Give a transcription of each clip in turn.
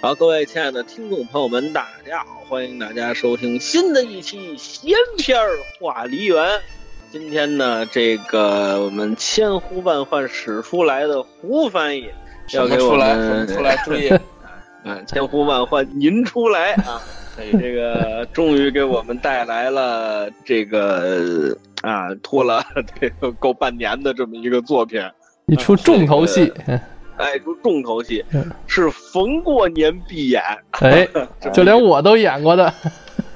好，各位亲爱的听众朋友们，大家好，欢迎大家收听新的一期闲篇儿话梨园。今天呢，这个我们千呼万唤始出来的胡翻译什要么给我出来？什么们出来？注意，啊， 千呼万唤您出来啊！这个终于给我们带来了这个啊，拖了 这个够半年的这么一个作品。一出重头戏，哎，出重头戏嗯是逢过年必演，哎，就连我都演过的。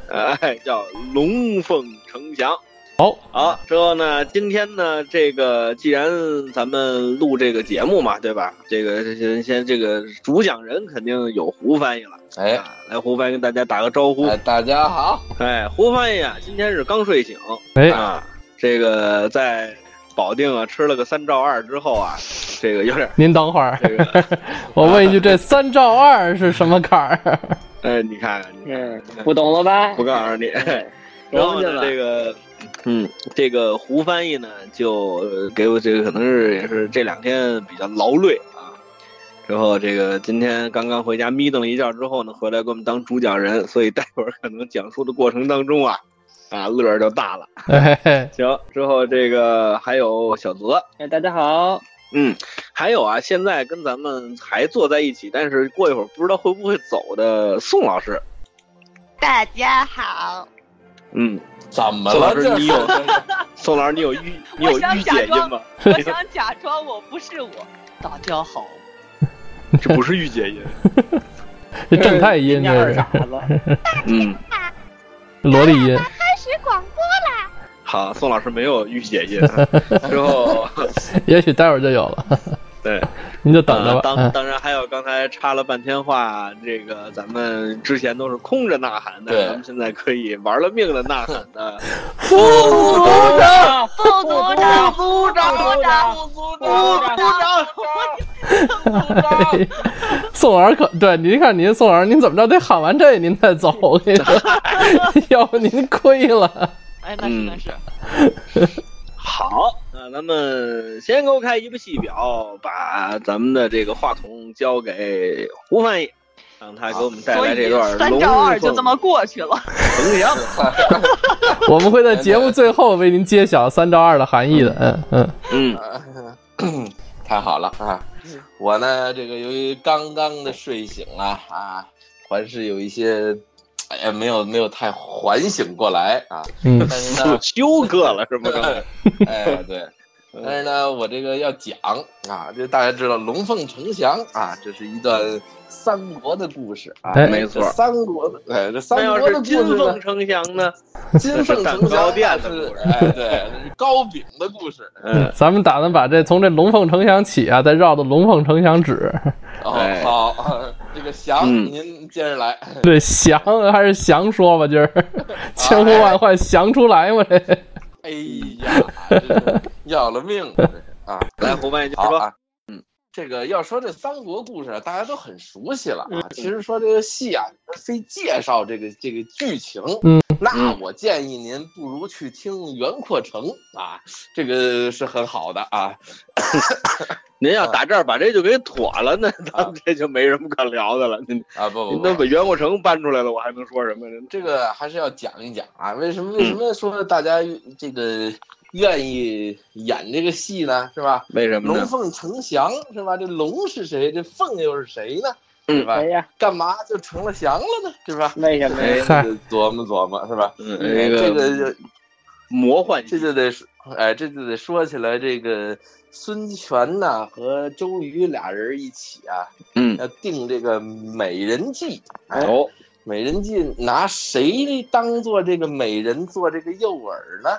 哎，叫《龙凤呈祥》。好，好，之后呢，今天呢，这个既然咱们录这个节目嘛，对吧？这个先先这个主讲人肯定有胡翻译了， 哎啊，来胡翻译跟大家打个招呼。哎，大家好，哎，胡翻译啊，今天是刚睡醒哎，啊，这个在保定啊吃了个三照二之后啊，这个有点您等会儿，这个，我问一句，这三照二是什么坎儿？哎，你看看，你嗯，不懂了吧？不告诉 你。然后呢，这个，嗯，这个胡翻译呢，就呃给我这个可能是也是这两天比较劳累啊。之后这个今天刚刚回家眯瞪了一觉之后呢，回来给我们当主讲人，所以待会儿可能讲述的过程当中啊， 啊乐儿就大了。哎 嘿，行，之后这个还有小泽，哎，大家好，嗯，还有啊，现在跟咱们还坐在一起，但是过一会儿不知道会不会走的宋老师，大家 好，嗯，怎么宋老了？师这你有 宋老师你有御你有 我想御假姐音装吗？我想假装我不是我。大家好，这不是御姐 音，这正太音人家二这是傻子，嗯，萝莉音，开始广播。好，宋老师没有御姐 音，之后也许待会儿就有了， 对，您就等着呃吧。当嗯当然还有刚才插了半天话，这个咱们之前都是空着呐喊的，对咱们现在可以玩了命的呐喊 的，副组长，副组长，副组长，副组副组长，哎 宋老师可对，您看您宋老师，您怎么着得喊完这您再走，我跟你说，要不您亏了。哎，那是那嗯是，好，那呃咱们先给我开一部戏表，把咱们的这个话筒交给胡翻译，让他给我们带所来这以段三龙照二就凤这么过去了。呈祥。我们会在节目最后为您揭晓三照二的含义的。嗯嗯， 嗯 太好了啊！我呢，这个由于刚刚的睡醒啊啊，还是有一些，哎呀，没有没有太缓醒过来啊。嗯但是复 呢，休克了是吗？刚才 哎，对。 但是呢，我这个要讲啊，这大家知道《龙凤呈祥》啊，这是一段三国的故事啊，哎没错这三国的，哎，这那三要国的是故金事呢凤，呈祥呢？金凤蛋呈糕祥店的那是故事哎，对，那是糕饼的故事。嗯，咱们打算把这从这龙凤呈祥起啊，再绕到龙凤呈祥止。哦哎，好，这个祥，嗯您接着来。对，降还是降说吧，今儿千呼万唤降出来嘛，这哎呀，真是要了命了这是啊！来胡翻译就好说，啊，嗯，这个要说这三国故事，啊，大家都很熟悉了啊嗯。其实说这个戏啊，非介绍这个这个剧情，嗯，那嗯我建议您不如去听袁阔成啊，这个是很好的啊。您要打这儿把这就给妥了，那咱们这就没什么可聊的了。您啊，不不您不都，把袁国成搬出来了，我还能说什么呢？这个还是要讲一讲啊，为什么为什么说大家这个愿意演这个戏呢？是吧？为什龙？凤呈祥是吧？这龙是谁？这凤又是谁呢？嗯是吧哎？呀，干嘛就成了祥了呢？是吧？为什么呀？哎，嗨琢磨琢磨是吧？嗯，这个个魔幻这就得说哎，这就得说起来这个孙权呐、和周瑜俩人一起啊，嗯要定这个美人计。哎，哦，美人计拿谁当做这个美人做这个诱饵呢？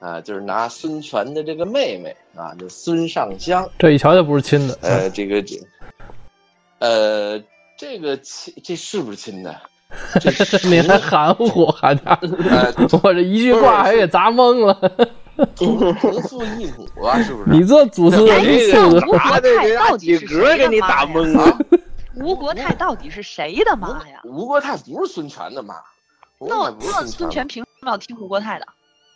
啊，就是拿孙权的这个妹妹啊，这孙尚香。这一瞧就不是亲的。呃，这个这，呃，这个亲，这是不是亲的？这是 您还含糊，好家伙，呃我这一句话还给砸懵了。同同父异母啊，是不是？你这祖师哎你这祖我师，国打的泰到底几是格谁给的你打妈呀？懵 啊了。吴国泰到底是谁的妈呀？吴国泰不是孙权的妈，吴国那泰不那是孙孙权权的，凭什么要听吴国泰的？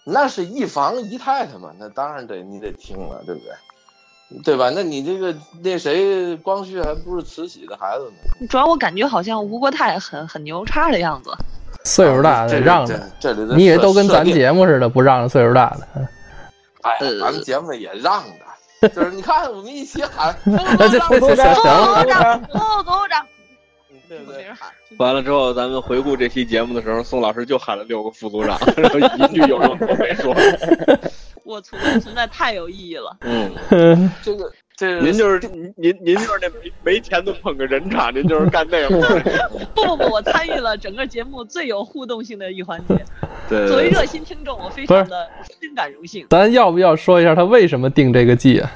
那是一房姨太太嘛，那当然得你得听了，对不对？对吧？那你这个那谁，光绪还不是慈禧的孩子呢？主要我感觉好像吴国泰很很牛叉的样 子。岁数大这得里让这着，这里的你以为设都跟咱设定节目似的不让着岁数大的？哎，呃咱们节目也让 的，就是你看我们一起喊，这这这行行了，鼓掌，鼓掌，对不没对？人喊。完了之后，咱们回顾这期节目的时候，宋老师就喊了六个副组长，然后一句有用都没 说。我存在存在太有意义了。 嗯，这个这您就是您您您就是那没没钱的捧个人场，您就是干那个。不不不，我参与了整个节目最有互动性的一环节。对作为热心听众，我非常的深感荣幸。 咱要不要说一下他为什么定这个季啊？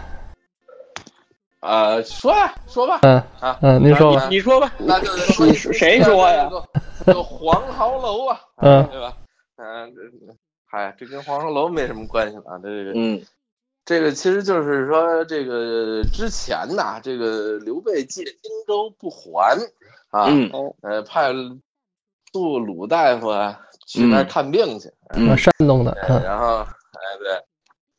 呃，说呀说吧，嗯啊嗯，您说吧。你你说吧，那就是你谁说呀？有黄豪楼啊， 嗯对吧？嗯，这嗨，这跟黄豪楼没什么关系了啊，这这个嗯这个其实就是说，这个之前呐、这个刘备借荆州不还啊，嗯呃，派杜鲁大夫啊去那儿嗯看病去，啊嗯山东的，嗯然后哎对，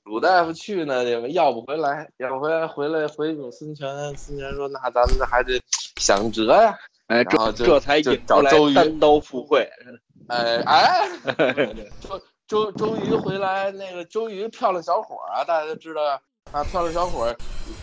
鲁大夫去呢，这个要不回来，要不回来回来回禀孙权，孙权说那咱们还得想辙呀、哎，然后这就这才就引找出来周瑜单刀赴会。哎哎，周周周瑜回来，那个周瑜漂亮小伙儿啊，大家都知道啊，漂亮小伙儿，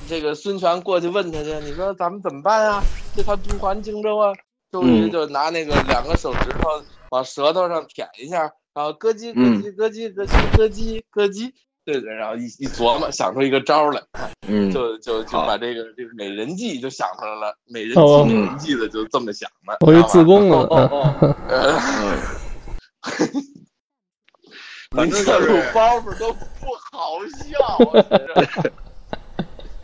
这个孙权过去问他去，你说咱们怎么办啊？这他不还荆州啊？周瑜嗯就拿那个两个手指头往舌头上舔一下，然后咯叽咯嗯叽咯叽咯叽咯叽咯叽，对，然后一一琢磨，想出一个招儿来， 嗯就就就好把这个这个美人计就想出来了，美人哦计美人计的就这么想的，知我道就吧自宫哦了，嗯哦哦，嗯 你这鲁包袱都不好笑，啊我觉着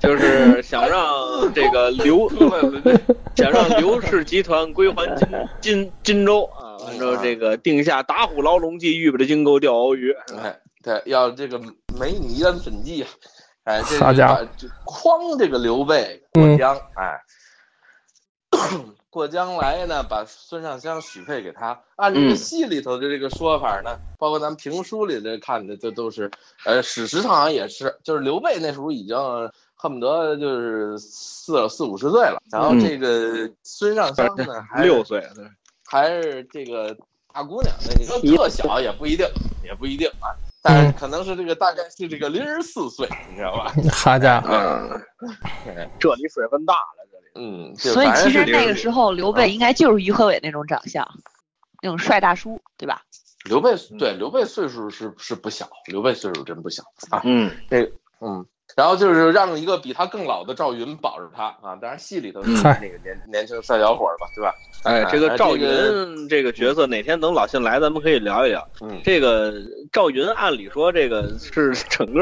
就是想让这个 刘，不不不想让刘氏集团归还荆荆荆州啊！完之后，这个定下打虎牢笼计，预备着金钩钓鳌鱼。哎，对，要这个美女烟粉计啊，哎，这好个家伙把这诓这个刘备过嗯江，哎， 过江来呢，把孙尚香许配给他。按这个嗯戏里头的这个说法呢，包括咱们评书里的看的，这都是，呃，史实上好像也是，就是刘备那时候已经恨不得就是四四五十岁了，然后嗯这个孙尚香呢，还是六岁，还是这个大姑娘，那你说特小也不一定，也不一定啊。嗯但是可能是这个大概是这个零十四岁，你知道吧？好家伙，嗯，这里水分大了，这里嗯，就所以反正其实是这那个时候刘备应该就是于和伟那种长相，那种帅大叔，对吧？刘备对刘备岁数是是不小，刘备岁数真不小啊。嗯嗯，然后就是让一个比他更老的赵云保着他啊，当然戏里头是嗨那个年年轻帅小伙儿吧，对吧？哎，这个哎赵这个云这个角色，哪天等老信来，咱们可以聊一聊。嗯这个赵云，按理说这个是整个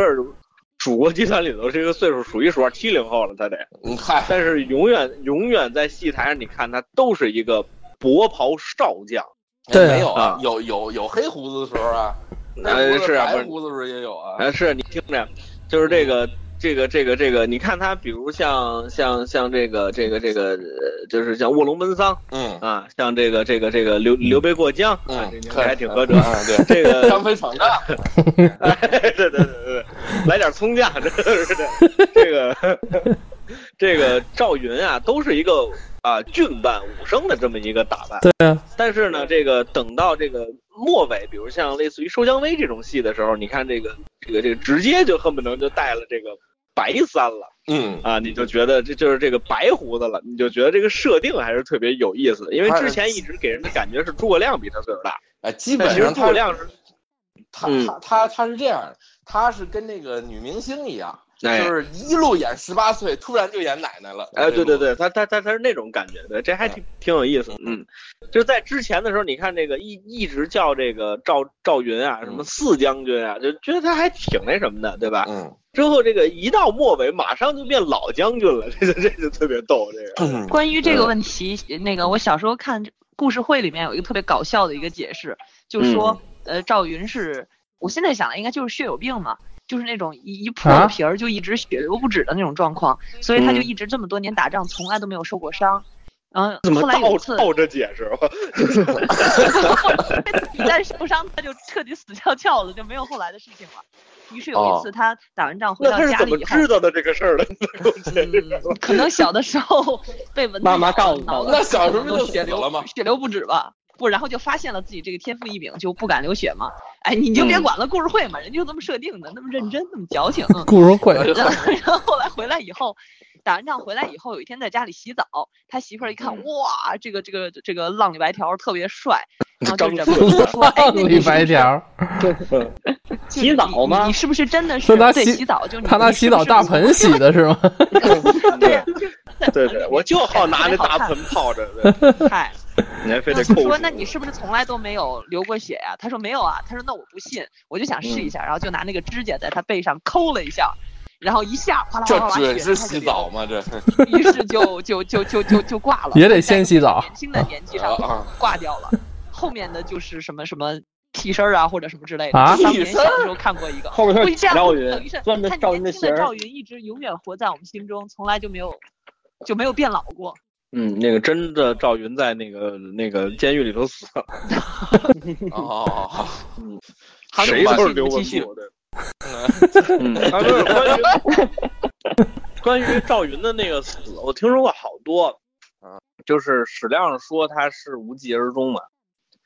蜀国集团里头这个岁数数一数二，七零后了，他得。嗯，嗨，但是永远永远在戏台上，你看他都是一个薄袍少将。对啊没有啊有有有黑胡子的时候啊，呃，是啊，不白嗯是，胡子的时候也有啊。呃，是你听着，就是这个。这个这个这个，你看他，比如像像像这个这个这个，呃就是像卧龙奔丧嗯啊，像这个这个这个刘刘备过江啊，嗯这，这还挺合辙。啊， 对。这 个张飞闯荡，对对对对对，来点葱酱，真的是的。这个这个赵云啊，都是一个啊俊扮武生的这么一个打扮。对啊，但是呢，这个等到这个末尾，比如像类似于收姜维这种戏的时候，你看这个这个这个直接就恨不能就带了这个白三了嗯，啊，你就觉得这就是这个白胡子了，你就觉得这个设定还是特别有意思的，因为之前一直给人的感觉是诸葛亮比他岁数大，哎，基但本其实上诸葛他亮是他嗯他他他是这样的，他是跟那个女明星一样，就哎是一路演十八岁，突然就演奶奶了。哎，对这对种，对，他他他他是那种感觉，对，这还挺挺有意思的。嗯，就在之前的时候，你看这个一一直叫这个赵赵云啊，什么四将军啊，就觉得他还挺那什么的，对吧？嗯之后这个一到末尾，马上就变老将军了， 这就这就特别逗，这个。嗯关于这个问题，那个我小时候看故事会里面有一个特别搞笑的一个解释，就说、呃赵云是，我现在想的应该就是血友病嘛，就是那种一一破啊，了皮儿就一直血流不止的那种状况，所以他就嗯一直这么多年打仗从来都没有受过伤。嗯，怎么后来有一次倒倒着解释？ 一旦受伤，他就彻底死翘翘了，就没有后来的事情了。于是有哦一次他打完仗回到那他是家怎里么以后，知道的这个事 儿的？嗯可能小的时 候被蚊子妈妈咬告诉他脑子那小时候都就血死了流吗血流不止吧？不，然后就发现了自己这个天赋异禀，就不敢流血嘛。哎，你就别嗯管了，故事会嘛，人家就这么设定的，那么认真，那么矫 情。嗯故 事会，然后然后后来回来以后，打完仗回来以后，有一天在家里洗澡，他媳妇儿一嗯看，哇，这个这个这个浪里白条特别帅，然后就忍不住说，哎，那李你是不白是条，嗯就洗是澡你吗你是不是真的是说他对洗洗澡就你他拿你是洗不澡是大不 盆洗的是吗？对对在盆里对，面我就好拿那大盆泡着， 对 嗨，你还非我得扣说住那你是不是从来都没有流过血呀、他说没有啊。他说那我不信，我就想试一嗯下，然后就拿那个指甲在他背上抠了一下，然后一下哗啦哗这啦哗啦准血是开始洗流澡吗？这于是就就就就就就挂了，也得先洗澡在年轻的年纪上啊挂掉了，后面的就是什么什么替身儿啊或者什么之类的。啊当年替身小儿的时候看过一 个，后面估是计这样赵等于云是钻着看赵云年的轻鞋的儿赵云一直永远活在我们心中，从来就没有就没有变老过。嗯，那个真的赵云在那个那个监狱里头死了，哦，哦好谁你们都继是续留你们不继住的。 续嗯，啊，不是关于关于 赵云的那个死，我听说过好多，啊就是史料上说他是无疾而终嘛，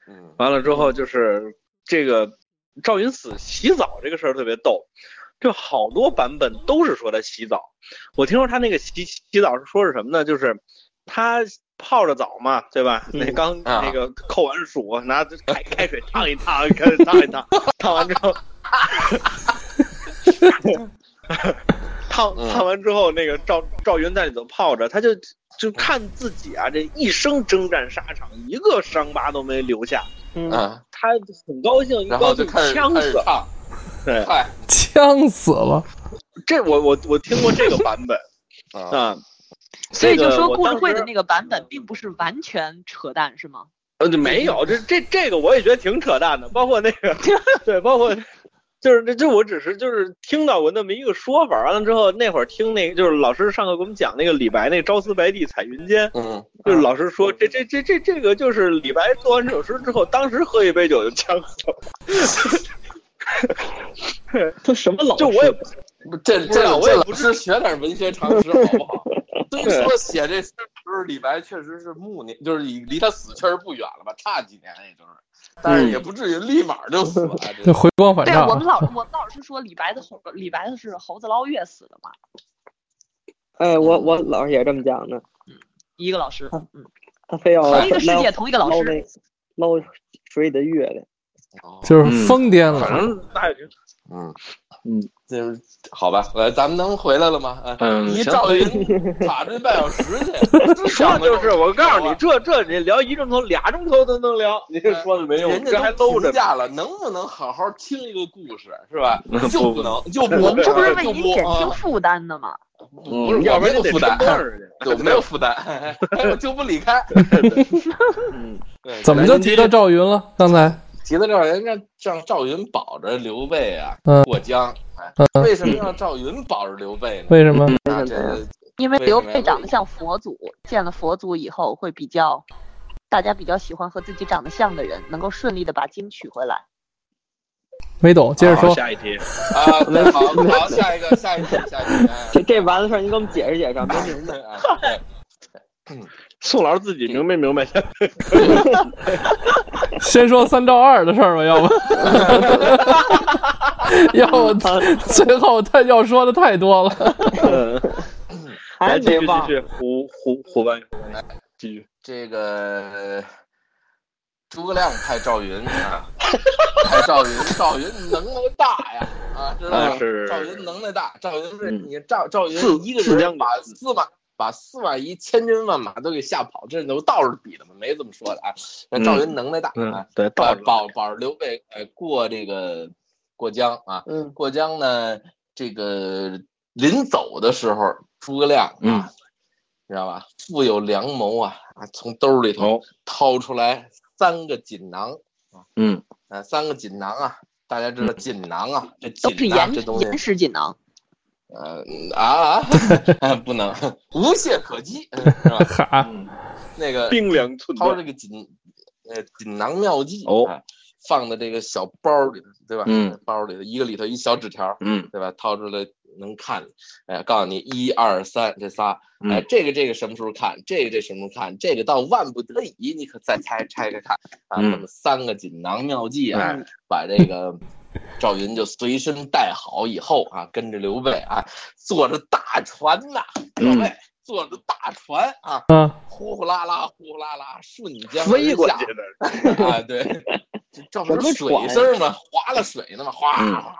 嗯完了之后就是这个赵云死洗澡这个事儿特别逗，就好多版本都是说他洗澡。我听说他那个洗洗澡是说是什么呢？就是他泡着澡嘛，对吧？那刚啊那个扣完鼠，拿开开水烫一烫，开水烫一烫，烫完之后。烫嗯烫完之后，那个赵赵云在里头泡着，他就就看自己啊，这一生征战沙场，一个伤疤都没留下，嗯嗯，他很高兴，一然后高就兴开始呛开死始。唱，对，嗨，呛死了。啊这我我我听过这个版本啊， 啊，所以就这个说我故事当会时的那个版本并不是完全扯淡，是吗？呃没有这这这个我也觉得挺扯淡的，包括那 个对，包括就是这这我只是就是听到过那么一个说法，完了之后那会儿听那个就是老师上课给我们讲那个李白那朝思白帝彩云间，嗯，就是老师说这这这这这个就是李白做完这首诗之后，当时喝一杯酒就呛死了， 这什么老就我也不这不知道这我也这不老知师学点文学常识好不好？虽 说写这诗的时候，李白确实是暮年，就是离离他死确实不远了吧，差几年也就是，但嗯是也不至于立马就死了。这这回光返对啊，我们照，老我们老是说李白的猴，李白的是猴子捞月死的嘛，哎，嗯我我老师也这么讲的，一个老师，嗯，他非要同一个世界，同一个老捞师，那捞水里的月亮。就是疯癫了。反正大家也嗯嗯，就是好吧，来，咱们能回来了吗？哎嗯你行 赵云卡这半小时去，说的就是，我告诉你，啊这这你聊一钟头、俩钟头都能聊，你这说的没用，人这还家都搂着评呢。价了，能不能好好听一个故事是吧嗯？就不不能，就不，我 们这不是为呃就您减轻啊负担的吗？嗯不是，嗯要不然我就得没有负吃担棒，儿去。对，我没有负担，哎我就不离 开。嗯，对怎么就提到赵云了？刚才，提到赵云，让让赵云保着刘备啊嗯过江？哎嗯，为什么让赵云保着刘备呢？为什么？啊这个因为为刘什么备呀长得像佛祖，见了佛祖以后会比较，大家比较喜欢和自己长得像的人，能够顺利的把经取回来。没懂，接着好说。下一题。啊，对好好，下一个，下一个，下一个。哎这这完了事儿，你给我们解释解释，没明白。哎对 宋老师自己明没 明白？先说三照二的事儿吧，要不，要不最后他要说的太多了。嗯来还哎继续没继忘，续，胡胡胡班胡班，继续。这个诸葛亮派赵云啊，派赵云，赵云能耐大呀，啊，知道啊吗？是赵云能耐大，赵云是嗯你赵赵云四一个四将人把司马把司马懿千军万马都给吓跑，这都道士比的嘛，没这么说的啊。那赵云能耐大啊嗯，，对，到保了。保保着刘备呃过这个过江啊，嗯，过江呢，这个临走的时候，诸葛亮啊，嗯你知道吧？富有良谋啊，啊，从兜里头哦掏出来三个锦囊，嗯，啊，三个锦囊啊，大家知道锦囊啊，这都是锦囊岩这东西岩，石锦囊，呃啊啊， 不能无懈可击，嗯 是吧？哈，嗯那个冰凉寸掏断。嗯这个锦，呃，锦囊妙计哦哎放在这个小包里，对吧？嗯，包里的一个里头一小纸条，嗯，对吧？掏出来能看，哎，告诉你一二三这仨，哎，嗯这个这个什么时候看，这个这什么时候看，这个到万不得已你可再拆拆开看啊。嗯那么三个锦囊妙计啊哎，把这个赵云就随身带好以后啊，跟着刘备啊，坐着大船呐，各嗯位坐着大船啊，嗯，呼呼啦啦，呼呼啦啦，瞬间飞过去而的， 下啊！对，这不是水声嘛，划了水呢嘛，哗嗯哗，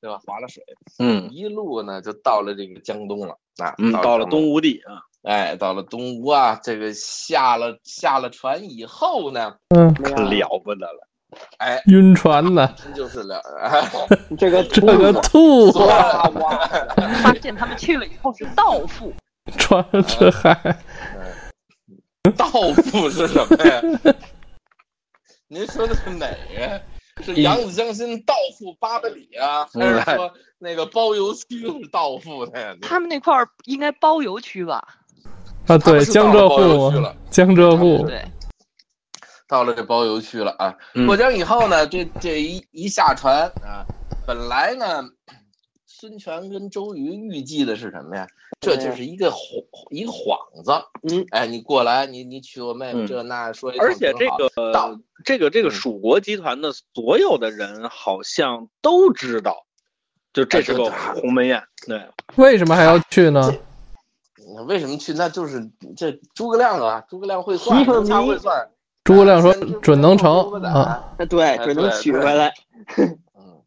对吧？划了水，嗯一路呢就到了这个江东了啊，嗯，到了江东吴地啊，哎，到了东吴啊，这个下了下了船以后呢，可了不得了，哎，嗯晕船呢，真就 是了，哎，这个这个吐坐哇了哇，发现他们去了以后是盗妇，船，这还道父是什么呀？ 您说的是哪个？是扬子江心道父八百里啊，还嗯是说那个包邮区是道父的呀？他们那块儿应该包邮区吧？啊，他们对，是到江了浙包邮区沪嘛，了，江浙沪，对，到了这包邮区了啊。嗯过江以后呢，这这一一下船啊，本来呢，孙权跟周瑜预计的是什么呀？这就是一个幌一个幌子。嗯，哎，你过来，你你娶我妹妹，嗯这那说一通而且这挺好到个这个这个蜀国集团的所有的人好像都知道，就这是个哎对鸿门宴，对，为什么还要去呢？嗯为什么去？那就是这诸葛亮啊，诸葛亮会算，媳妇儿刘禅迷会算。啊诸葛亮说先知不准能成后知不啊，宰对，准能取回来。嗯，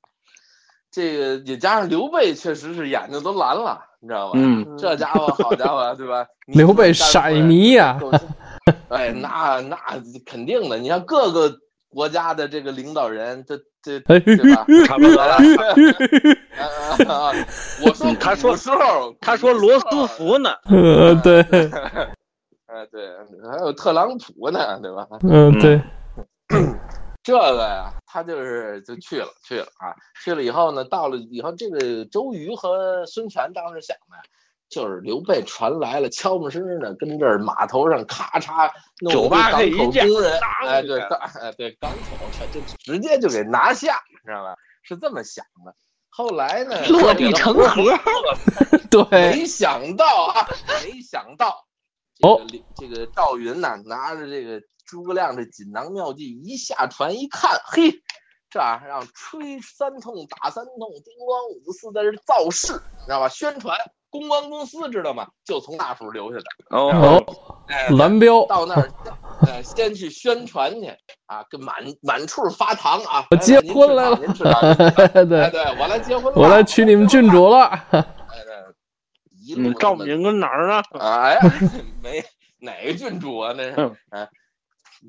这个也加上刘备，确实是眼睛都蓝了，你知道吧？，嗯，这家伙好家伙，对吧？刘备色迷呀、够呛。 哎，那那肯定的，你看各个国家的这个领导人，这这哎，对吧？差不多了。 啊啊啊我说嗯他说古时候，他说罗斯福呢，呃，对，哎，对，还有特朗普呢，对吧？嗯，对，这个呀，他就是就去了，去了啊，去了以后呢，到了以后，这个周瑜和孙权当时想的，就是刘备传来了，悄没声儿的跟这儿码头上咔嚓弄酒一吧港这一口见工人，当哎，一对下，港，哎，对，港口全就直接就给拿下，知道吧？是这么想的。后来呢，落地成盒，对，没想到啊，没想到，这哦个李这个赵云呐、拿着这个诸葛亮这锦囊妙计，一下船一看，嘿，这啊让吹三通打三通，叮咣五四在这儿造势，你知道吧？宣传公关公司知道吗？就从那时候留下的。哦，哦，哎，蓝标，到那儿，呃，先去宣传去啊，跟满满处发糖啊，我哎结婚来了您吃糖您吃 糖哎，对，对我来结婚了，我来娶你们郡主了，哎，对一路嗯，赵敏跟哪儿呢？啊，哎呀， 没哪个郡主啊，那是嗯哎，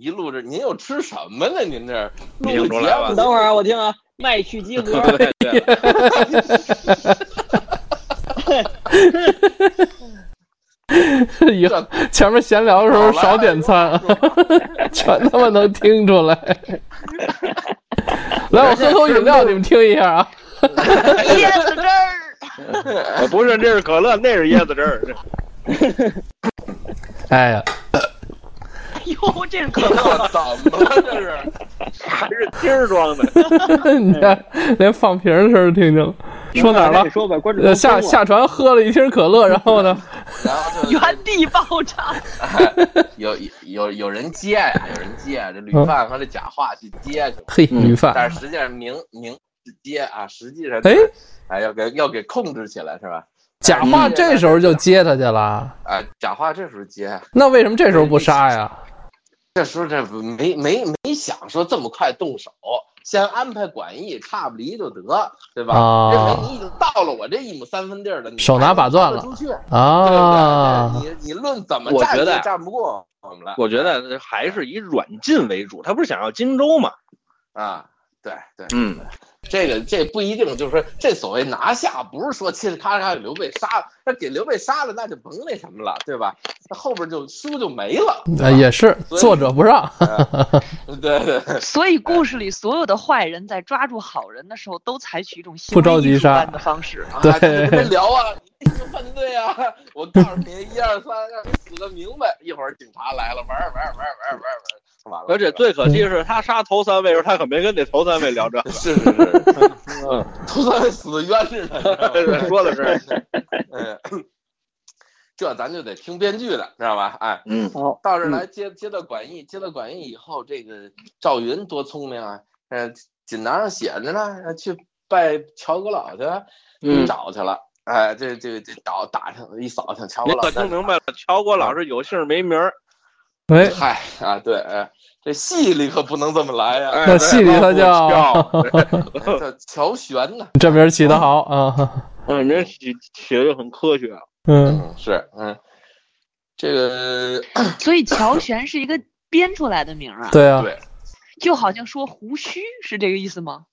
一录这您又吃什么呢？您这录听个出节来了目等会儿啊我听啊，麦曲集合，对对，以后前面闲聊的时候少点餐啊，全他妈能听出来。来，我喝口饮料，你们听一下啊。椰子汁儿。呃不是，这是可乐，那是椰子汁儿。 哎呀，哎呦，这是可乐，我怎么了？这是还是瓶儿装的。 你看，连放瓶儿的声儿都听见了。说哪儿那了你？哎说吧，观众呃，下下船喝了一瓶可乐，然后呢？然后就原地爆炸。有有有人接呀，有人接呀，这吕范和这贾化去接去了，嘿，女但犯，是实际上明明是接啊，实际上哎，哎要给要给控制起来是吧？假话这时候就接他去了，啊，贾化这时候接，啊那为什么这时候不杀呀？这时候这没没没想说这么快动手，先安排管义差不离就得，对吧？啊认为你已经到了我这一亩三分地儿了，你手拿把攥了还不出去，对啊不，对？你你论怎么我站觉也得呀站不过我们了我觉得还是以软禁为主，他不是想要荆州嘛？啊！对对，嗯，这个这不一定，就是说这所谓拿下，不是说嘁哩咔嚓给刘备杀了，那给刘备杀了，那就甭那什么了，对吧？那后边就书就没了，呃，也是所以作者不让，对对对。所以故事里所有的坏人在抓住好人的时候，都采取一种行不着为艺急术杀般的 方式。啊，对就跟他聊啊，你就犯罪啊！我告诉你，一二三，让你死个明白。一会儿警察来了，玩儿玩儿玩儿玩儿玩儿玩儿，完了。，而且最可气的是，他杀头三位时候，他可没跟那头三位 聊这个是是是，嗯，头三位死的冤着呢你知道吗。说的是，嗯，这咱就得听编剧的，知道吧？哎，嗯，好，到这儿来接接到管义，接到管义以后，这个赵云多聪明啊！嗯、锦囊上写着呢，去拜乔国老去了，嗯找去了。哎，这这这找打听一扫听乔你国老可在听哪儿。明白了，乔国老是有姓没名儿，哎，嗨啊，对，哎，这戏里可不能这么来呀、哎那戏里头叫 哎 叫乔玄呢。这名儿起得好啊，嗯，人起起的就很科学，啊嗯，嗯，是，嗯，这个所以乔玄是一个编出来的名儿啊，对啊，对，就好像说胡须是这个意思吗？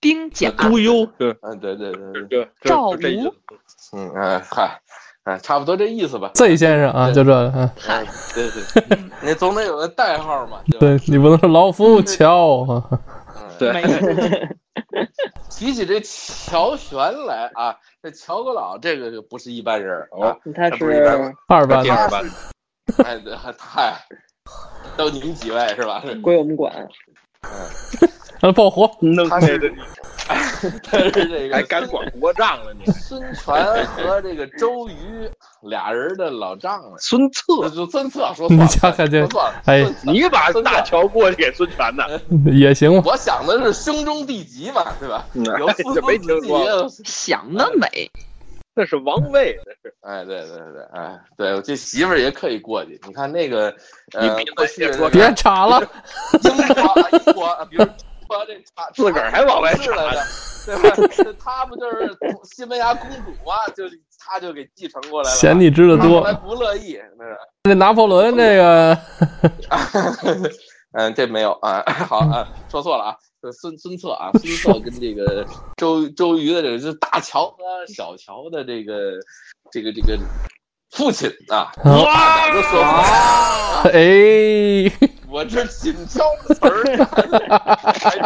丁甲忽悠，对嗯，对对对对，对，这赵这意思吴嗯，哎，嗨，哎，差不多这意思吧。 Z 先生啊，就这个，嗯， 哎，对对，嗯你总得有个代号嘛，对吧？对你不能说老夫乔啊，嗯对没有提起这乔玄来啊，这乔国老这个就不是一般人儿 啊哦， 他不是一般是 二班第的，二班哎，对太，都你们几位是吧？ 归我们管，啊爆火， 弄他这是个他是这还个敢管国账了你？孙权和这个周瑜俩人的老丈人，孙策，就孙策说错 你了，家看这说错了，哎孙 策你把大乔过去给孙权的，也行吧，我想的是兄终弟及嘛，对吧？嗯有哎父这子没听子说过，及，想得美，那是王位，哎，对对对，哎，对我这媳妇儿也可以过去。你看那个，你呃，别过去别说 别查了，英国啊，英国啊，比如说这查自个儿还往外是来的，对吧？他不就是西班牙公主嘛，就他就给继承过来了。嫌你知的他后 多来，不乐意，那这拿破仑这个， 是。 嗯，这没有啊，好啊，说错了啊，是孙孙策啊，孙策跟这个周周瑜的这个就是大乔和小乔的这个这个这个父亲啊，啊早就说错了。哎， 我这紧挑词儿呢，还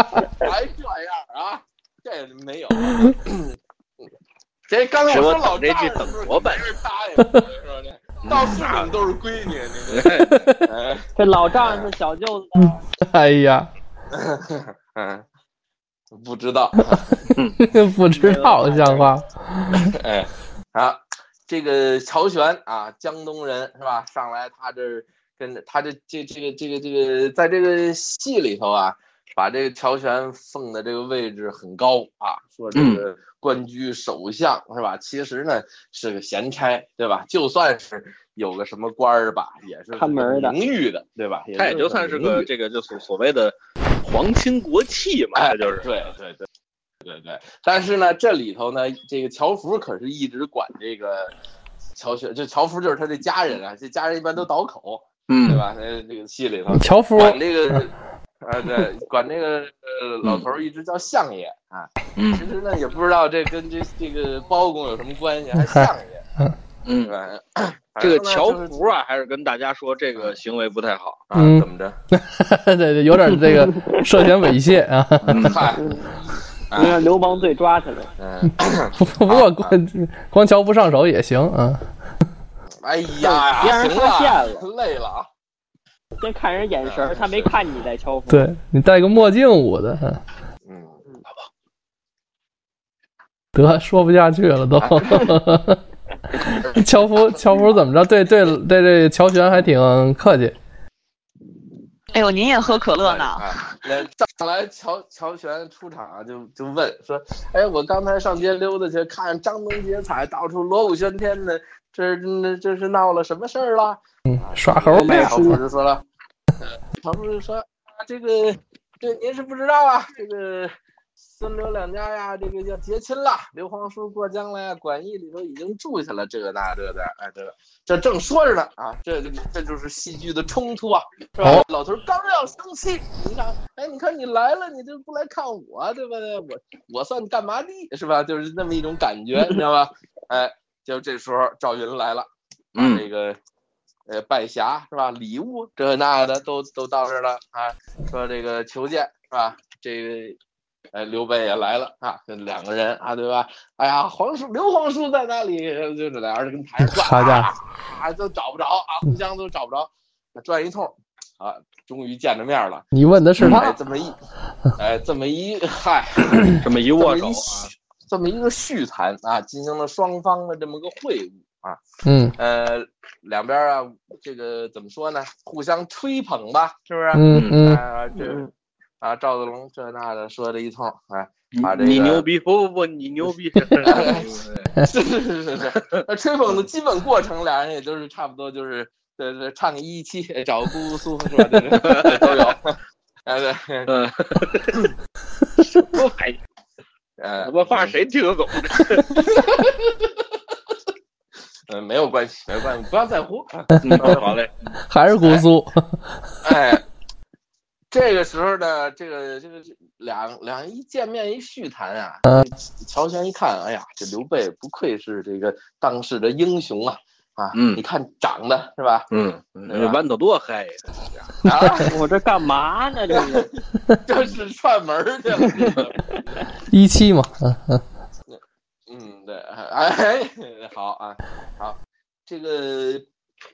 还这样啊？这没有。啊这刚才我说老丈人是不是本事大爷，是吧？到处你们都是闺女，你 们。这老丈人是小舅子呢，哎呀， 嗯，不知道。不知道像话，哎，啊，这个乔玄啊，江东人是吧？上来他这儿跟着他这这这个这个这个，在这个戏里头啊，把这个乔玄奉的这个位置很高啊，说这嗯个官居首相、是吧？其实呢是个闲差，对吧？就算是有个什么官儿吧，也是看门儿的名誉的，对吧？他也是就很算是名个誉这个就所所谓的皇亲国戚嘛，哎这就是对对对对对。但是呢，这里头呢，这个乔福可是一直管这个乔雪，这乔福就是他这家人啊，这家人一般都倒口，对嗯，吧？呃，这个戏里头乔夫， 管这个。啊，对，管这个呃老头儿一直叫相爷啊，嗯其实呢也不知道这跟这这个包公有什么关系，还相爷，对嗯，吧？这个反正呢乔就是福啊，还是跟大家说这个行为不太好。啊嗯怎么着？对对，有点这个涉嫌猥亵啊。 嗯嗨，能让流氓罪抓起来。嗯，不不过光 光瞧不上手也行啊。哎呀，别让人行发现了， 累了啊，先看人眼神儿，他没看你在敲风。对你戴个墨镜捂的，嗯嗯， 得说不下去了都。乔福，乔福怎么着？对对对，这乔玄还挺客气。哎呦，您也喝可乐呢？啊，那 上来乔乔玄出场啊就就问说，哎，我刚才上街溜达去，看张灯结彩，到处锣鼓喧天的，这那这是闹了什么事儿了？嗯，耍猴没呗有，。我就说了，乔叔就说啊，这个这您是不知道啊，这个孙刘两家呀，这个要结亲了，刘皇叔过江来啊，馆驿里头已经住下了，这个那这的，哎，这个这正说着呢啊，这这就是戏剧的冲突啊，是吧？哦老头刚要生气，你看，哎，你看你来了，你就不来看我，对吧？我我算干嘛的，是吧？就是那么一种感觉，你知道吧？哎，就这时候赵云来了。嗯这个呃拜侠是吧？礼物这那的都都到这儿了啊。说这个求见是吧？这个呃刘备也来了啊，这两个人啊，对吧？哎呀，皇叔刘皇叔在哪里？呃就这俩人跟台上好转家啊，啊都找不着啊，互相都找不着，转一通啊，终于见着面了。你问的是哎他，，这么一，哎，这么一，嗨， 这么一这握么手一啊，续这么一个续谈啊，进行了双方的这么个会晤啊，嗯呃，两边啊，这个怎么说呢？互相吹捧吧，是不是？嗯嗯啊，这嗯啊，赵子龙这那的说了一通，哎， 你把这你个牛逼，不不不，你牛 逼，是是是是是，那吹捧的基本过程，俩人也就是差不多就是，对对，唱个一期，找个姑姑苏是吧？对对对 都有。哎对，嗯，什么玩意？呃，什么话谁听得懂？嗯、没有关系，没有关系，不要在乎。嗯，好嘞，还是姑苏，哎，这个时候呢，这个这个两两人一见面一叙谈啊，乔玄一看，哎呀，这刘备不愧是这个当世的英雄啊啊！嗯你看长得是吧？嗯，对那吧豌豆多嗨呀！啊， 我这干嘛呢？这 是这是串门儿去了。一期嘛，嗯嗯嗯，对，哎，好啊，好，这个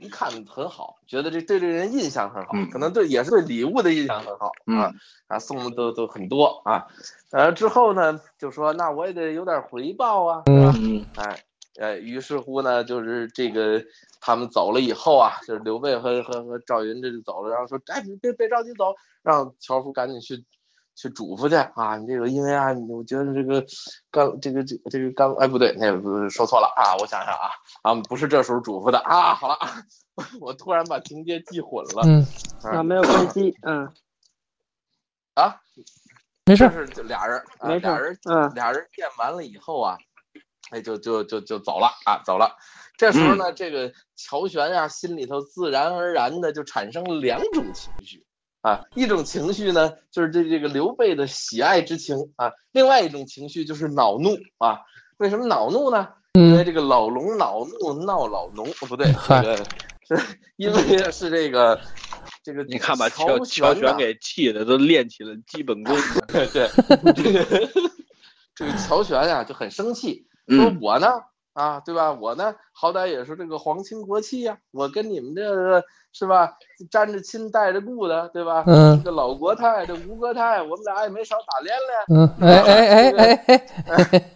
一看很好，觉得这对这人印象很好，嗯可能对也是对礼物的印象很好、啊啊，送的都都很多啊，呃，之后呢，就说那我也得有点回报啊，是吧？嗯哎，呃，于是乎呢，就是这个他们走了以后啊，就是刘备和和和赵云这就走了，然后说，哎，别别别着急走，让樵夫赶紧去去嘱咐去啊，你这个因为啊，你我觉得这个刚这个这个这个刚，哎不对，那不是说错了啊，我想想啊啊，不是这时候嘱咐的啊，好了 啊，我突然把情节记混了嗯，啊，没有关系，嗯，啊，没这事，是这俩人，啊、没事俩人嗯俩人见完了以后啊，哎，就就就就走了啊，走了。这时候呢，这个乔玄啊，心里头自然而然的就产生了两种情绪啊，一种情绪呢就是对这个刘备的喜爱之情啊，另外一种情绪就是恼怒啊。为什么恼怒呢？因为嗯这个老龙恼怒闹老农，哦不对，嗨这个是因为是这个这个你看把乔乔乔玄玄啊给气的都练起了基本功。对，这个这个乔玄啊就很生气，说嗯我呢啊，对吧？我呢好歹也是这个皇亲国戚呀、我跟你们这个是吧，沾着亲带着故的，对吧？这嗯个老国泰，这吴国泰，我们俩也没少打连连。嗯，哎哎哎哎哎，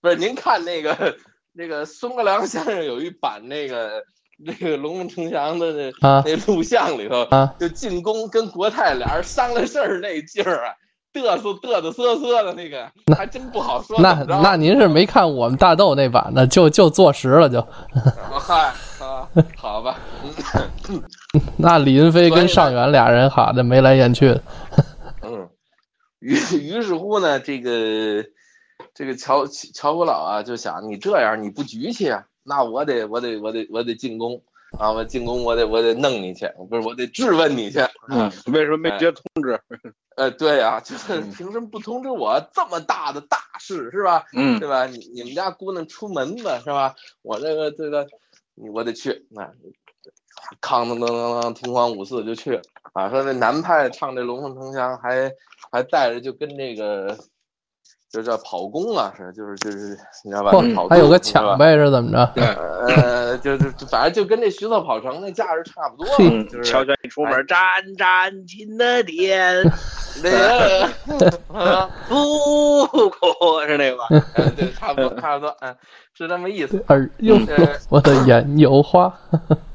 不是，您看那个那个孙国良先生有一版那个那个《龙门呈祥》的那啊那录像里头啊就进宫跟国泰俩人商量事儿那劲儿啊，嘚瑟嘚嘚瑟瑟的那个，还真不好说怎那么着。那您是没看我们大豆那版的，就就坐实了就，啊嗨啊，好吧，嗯那李云飞跟尚元俩人哈，那眉来眼去的，嗯，于于是乎呢，这个这个乔乔国老啊，就想你这样你不局气啊，那我得我得我得我得进宫啊，我进宫我得我得弄你去，不是我得质问你去。嗯，为什么没接通知？呃，对啊，就是嗯凭什么不通知我这么大的大事是吧？ 嗯对吧？你你们家姑娘出门吧是吧？我这个这个你我得去那。康当当当当，听光五四就去啊！说那南派唱这《龙凤呈祥》，还还带着就跟那个，就叫跑宫啊，是就是就是你知道吧？跑嚯，宫还有个是吧抢呗是怎么着？呃，就就就反正就跟这徐策跑城那架势差不多嘛，嗯就，是乔玄一出哎门，战战兢的天，那个 啊，不哭是那个吧？呃对，差不多差不多，嗯，是这么意思。耳又嗯哎我的眼油花，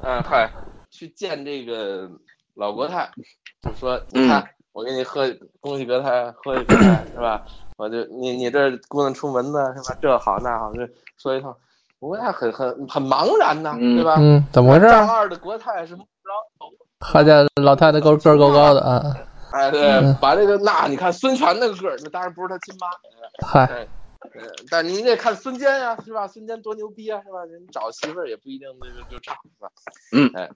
嗯，嗨，去见这个老国泰，就说你看，我给你喝，恭喜国泰，喝一杯是吧？我就你你这姑娘出门呢是吧？这好那好，这说一套，国泰很很很茫然呐、嗯对吧？嗯，怎么回事啊？丈二的国泰是摸不着头，哈家老太太个个儿高高的啊，哎，对嗯，把这个那你看孙权那个个儿，那当然不是他亲妈，嗨，呃，但您得看孙坚呀、是吧？孙坚多牛逼啊，是吧？人找媳妇儿也不一定那个就差，是吧？嗯哎，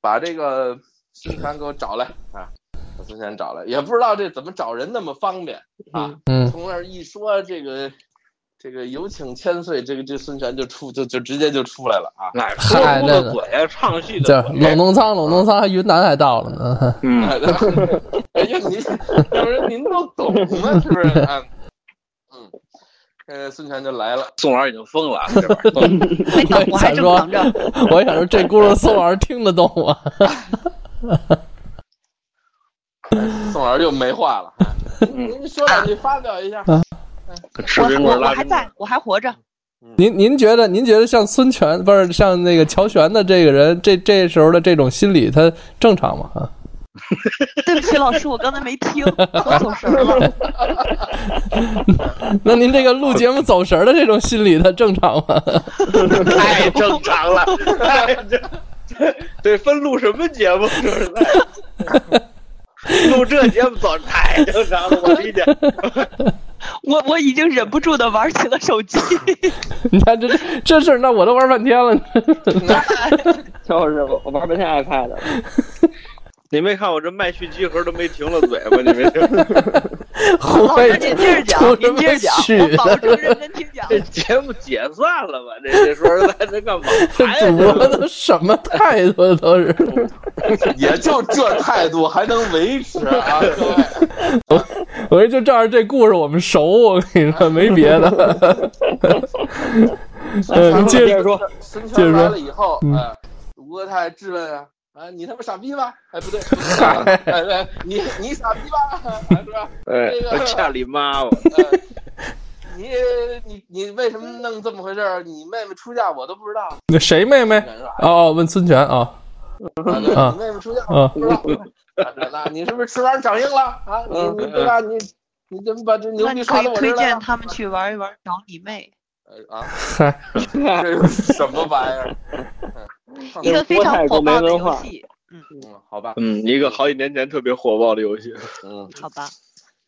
把这个孙权给我找来啊，把孙权找来，也不知道这怎么找人那么方便啊。嗯从那儿一说这个这个有请千岁，这个这孙权就出就就直接就出来了啊。哎，嗨说哭那的个鬼啊，唱戏这的鬼。冷冻仓，冷冻仓还云南还到了呢。 嗯， 哎呀，您要不然您都懂吗？是不是？啊，嗯，呃，孙权就来了。宋老师已经疯了啊，这玩意儿 没等，我还正藏着。啊我想说这轱辘宋老师听得懂吗？宋老师又没话了。啊嗯您说两句，发表一下。吃冰棍我儿我拉还冰棍在儿，我还活着，您您觉得您觉得像孙权不是像那个乔玄的这个人，这这时候的这种心理，他正常吗？啊，对不起老师，我刚才没听，我走神儿了。那您这个录节目走神儿的这种心理，他正常吗？ 太正常了，太正。对，分录什么节目？说实在，录这节目早太正常了，我理解。我我已经忍不住的玩起了手机，你看这这事儿，那我都玩半天了。 就是我玩不太 iPad 了。你没看我这麦序集合都没停了嘴吗？你没听？胡老飞师您接着出 什讲，您么接着讲，去 我保证认真听讲。这节目解散了吧？这这说实在，这干嘛呀？这主播都什么态度都是， 也就这态度还能维持啊，各位。我说就照着这故事我们熟，我跟你说没别的。呃，您接接着着说，孙接着权说来了以后，嗯哎，吴哥他还质问啊，啊，你他妈傻逼吧？哎， 不对，不是啊哎哎，你你傻逼吧？哎，是吧？哎这个，恰你妈！我哎你你你为什么弄这么回事儿？你妹妹出嫁我都不知道，谁妹妹孙？权说啊哦，问孙权啊对啊你妹妹出嫁啊！不知道。啊那你是不是翅膀长硬了啊？你嗯你对吧？你你怎么把这牛那逼你刷可以到我这推儿来荐了？他们去玩一玩找你妹，呃啊，嗨，这是什么玩意 儿？一个非常火爆的游戏。嗯，好吧，嗯，一个好几年前特别火爆的游戏，嗯，好吧，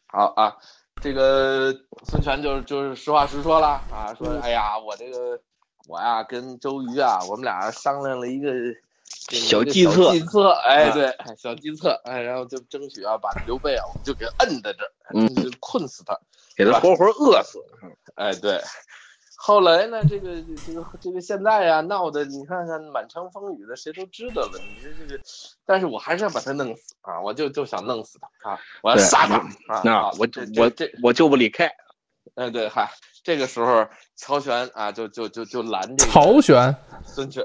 好啊，这个孙权就就是实话实说啦啊，说嗯哎呀，我这个我呀、跟周瑜啊，我们俩商量了一个这个小一个计策小计策，哎啊对，哎小计策，哎，然后就争取啊把刘备啊，我们就给摁在这儿，嗯就困死他，给他活活饿死。哎对。后来呢，这个这个这个现在呀、闹得你看看满城风雨的，谁都知道了。你这这个，但是我还是要把他弄死啊！我就就想弄死他啊！我要对杀他啊！那啊我这这我这我就不理开，哎，对，嗨，这个时候乔玄啊，就就就就拦这个曹玄，孙权，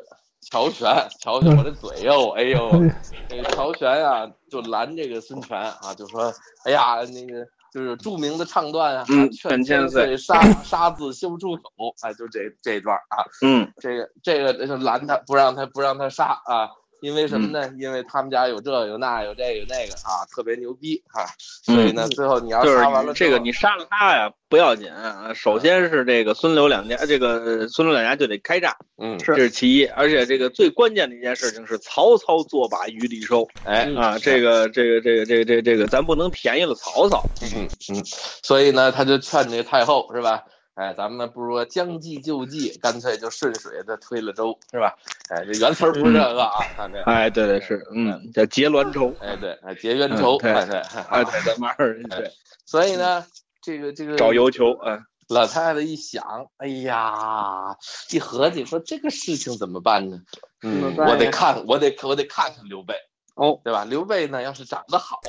乔玄，乔嗯玄，我的嘴哟，哎呦， 这个乔玄啊，就拦这个孙权啊，就说，哎呀，那个就是著名的唱段啊，嗯劝劝千岁岁杀杀字休出口，哎，就这这一段啊，嗯，这个这个就拦他，不让他不让他杀啊，因为什么呢？嗯因为他们家有这有那有这有那个啊，特别牛逼啊，所以呢，最后你嗯要就是杀完了之这个后你啊杀了他呀不要紧，啊首先是这个孙刘两家，这个孙刘两家就得开战，嗯，这是其一，而且这个最关键的一件事情是曹操做把鱼抵收哎，啊，这个这个这个这个这个这个咱不能便宜了曹操，嗯，嗯，所以呢，他就劝这太后是吧？哎，咱们不如将计就计，干脆就顺水的推了周是吧？哎，这原词儿不是这个啊，看这，哎，对对是，嗯，叫结栾仇，哎对，哎结冤仇，嗯对哎对，啊，对，咱们二人对所以呢，这个这个找油球，啊，老太太一想，哎呀，一合计说这个事情怎么办呢？怎么嗯，办呀我得看，我得我得看看刘备，哦，对吧？刘备呢，要是长得好，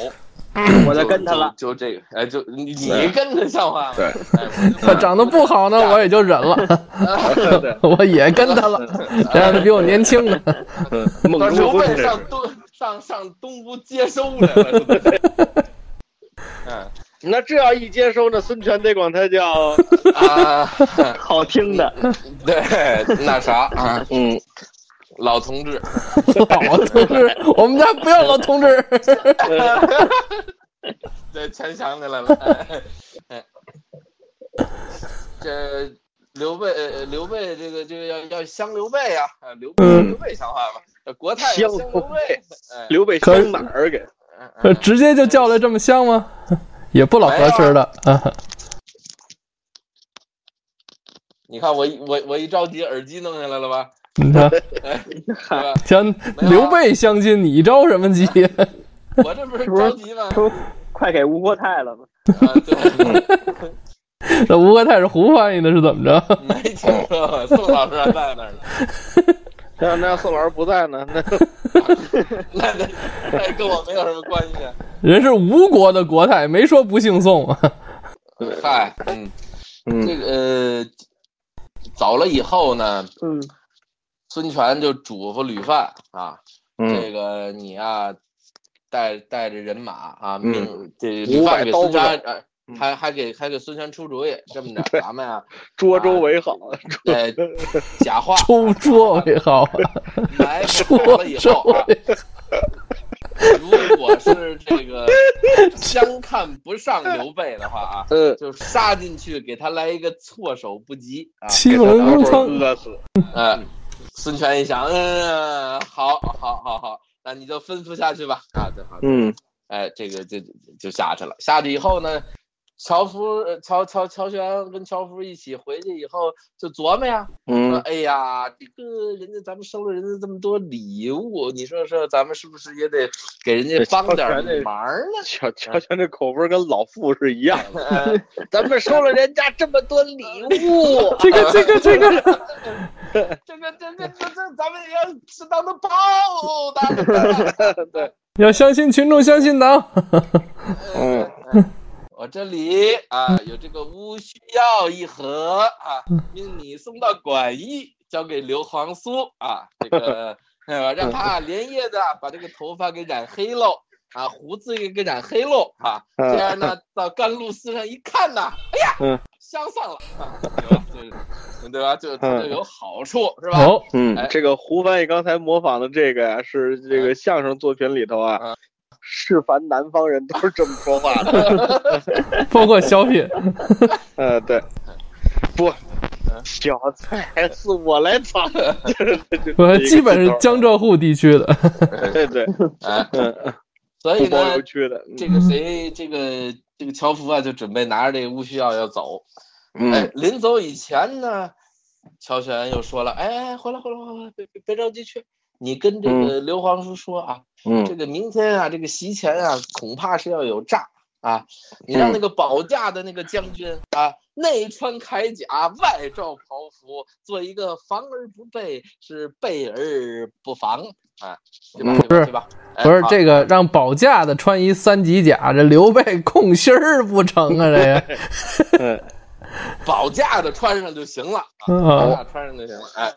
我就，就，就这个，哎，就你你对跟着像话吗？对哎，我就他长得不好呢，我也就忍了，对对，我也跟他了，谁让他比我年轻呢？ 嗯，孟把如刘婚备这上是东上上东吴接收来了，对不对 嗯那这要一接收，那孙权得管他叫啊，好听 的，对，那啥啊，嗯，老同志，老同志，我们家不要老同志。对，全想起来了。哎哎这刘备，呃刘备这个这个要要降刘备啊，啊刘备嗯刘备像话吗？这国泰降要降刘备，哎刘备香哪儿给？嗯呃，嗯 直接就叫来这么香吗？也不老合适的啊。你看我一我我一着急，耳机弄下来了吧？你看，对吧？像刘备相亲，你着什么急？我这不是是不是着急吗？说快给吴国泰了吧？啊，对。 那吴国泰是胡翻译的，是怎么着？没听说过，宋老师还在那儿呢。那那宋老师不在呢，那那那那跟我没有什么关系啊。人是吴国的国泰，没说不姓宋啊。 嗨，嗯，嗯这个呃，走了以后呢，嗯，孙权就嘱咐吕范啊，嗯这个你呀、啊带带着人马啊，嗯命这五百饭给刀孙不权，哎嗯，还还给还给孙权出主意，这 么着，咱们呀，涿州为好，呃， 假话抽桌为好啊，埋伏好哎了以桌后啊，桌如果是这 个相看不上刘备的话啊，嗯，就杀进去给他来一个措手不及啊！七龙然珠后仓饿死，嗯，孙权一想，嗯，好，好，好，好，那你就吩咐下去吧。啊，对，好，嗯哎，这个就就就下去了。下去以后呢，樵夫呃乔乔乔玄跟樵夫一起回去以后，就琢磨呀，说嗯，哎呀，这个人家咱们收了人家这么多礼物，你说说咱们是不是也得给人家帮点乔玄这忙呢？乔乔全这口味跟老傅是一样 的，哎咱们收了人家这么多礼物，啊这个这个这这个，个这个这这，咱们也要适当 的报答他。对，要相信群众，相信啊党。嗯，嗯我这里啊有这个乌须药一盒啊，嗯命你送到馆驿，交给刘皇叔啊，这个 哎吧，让他连夜的把这个头发给染黑喽。啊，胡子也给染黑喽啊！这哎样呢，到甘露寺上一看呐，哎嗯呀，相上了，啊有了就是对吧？就他就有好处是吧？哦，嗯哎，这个胡翻译刚才模仿的这个呀，是这个相声作品里头哎啊嗯，是凡南方人都是这么说话 的。包括小品，呃，对，不，小菜是我来炒， 我基本是江浙沪地区的。对对，哎，嗯，所以不呢包邮，嗯区的，这个谁，这个这个樵夫啊，就准备拿着这个乌须药要走。哎嗯，临走以前呢，乔玄又说了：“哎，回来，回来，回来，别别别着急去，你跟这嗯个刘皇叔说啊，这嗯个明天啊，这个席前啊，恐怕是要有诈啊！你嗯让那个保驾的那个将军啊，内穿铠甲，外罩袍服，做一个防而不备，是备而不防啊，对吧？嗯对吧？是对吧？哎不是好这个让保驾的穿一三级甲，这刘备空心儿不成啊？这个，嗯保驾的穿上就行了。”咱嗯俩穿上就行了。哎，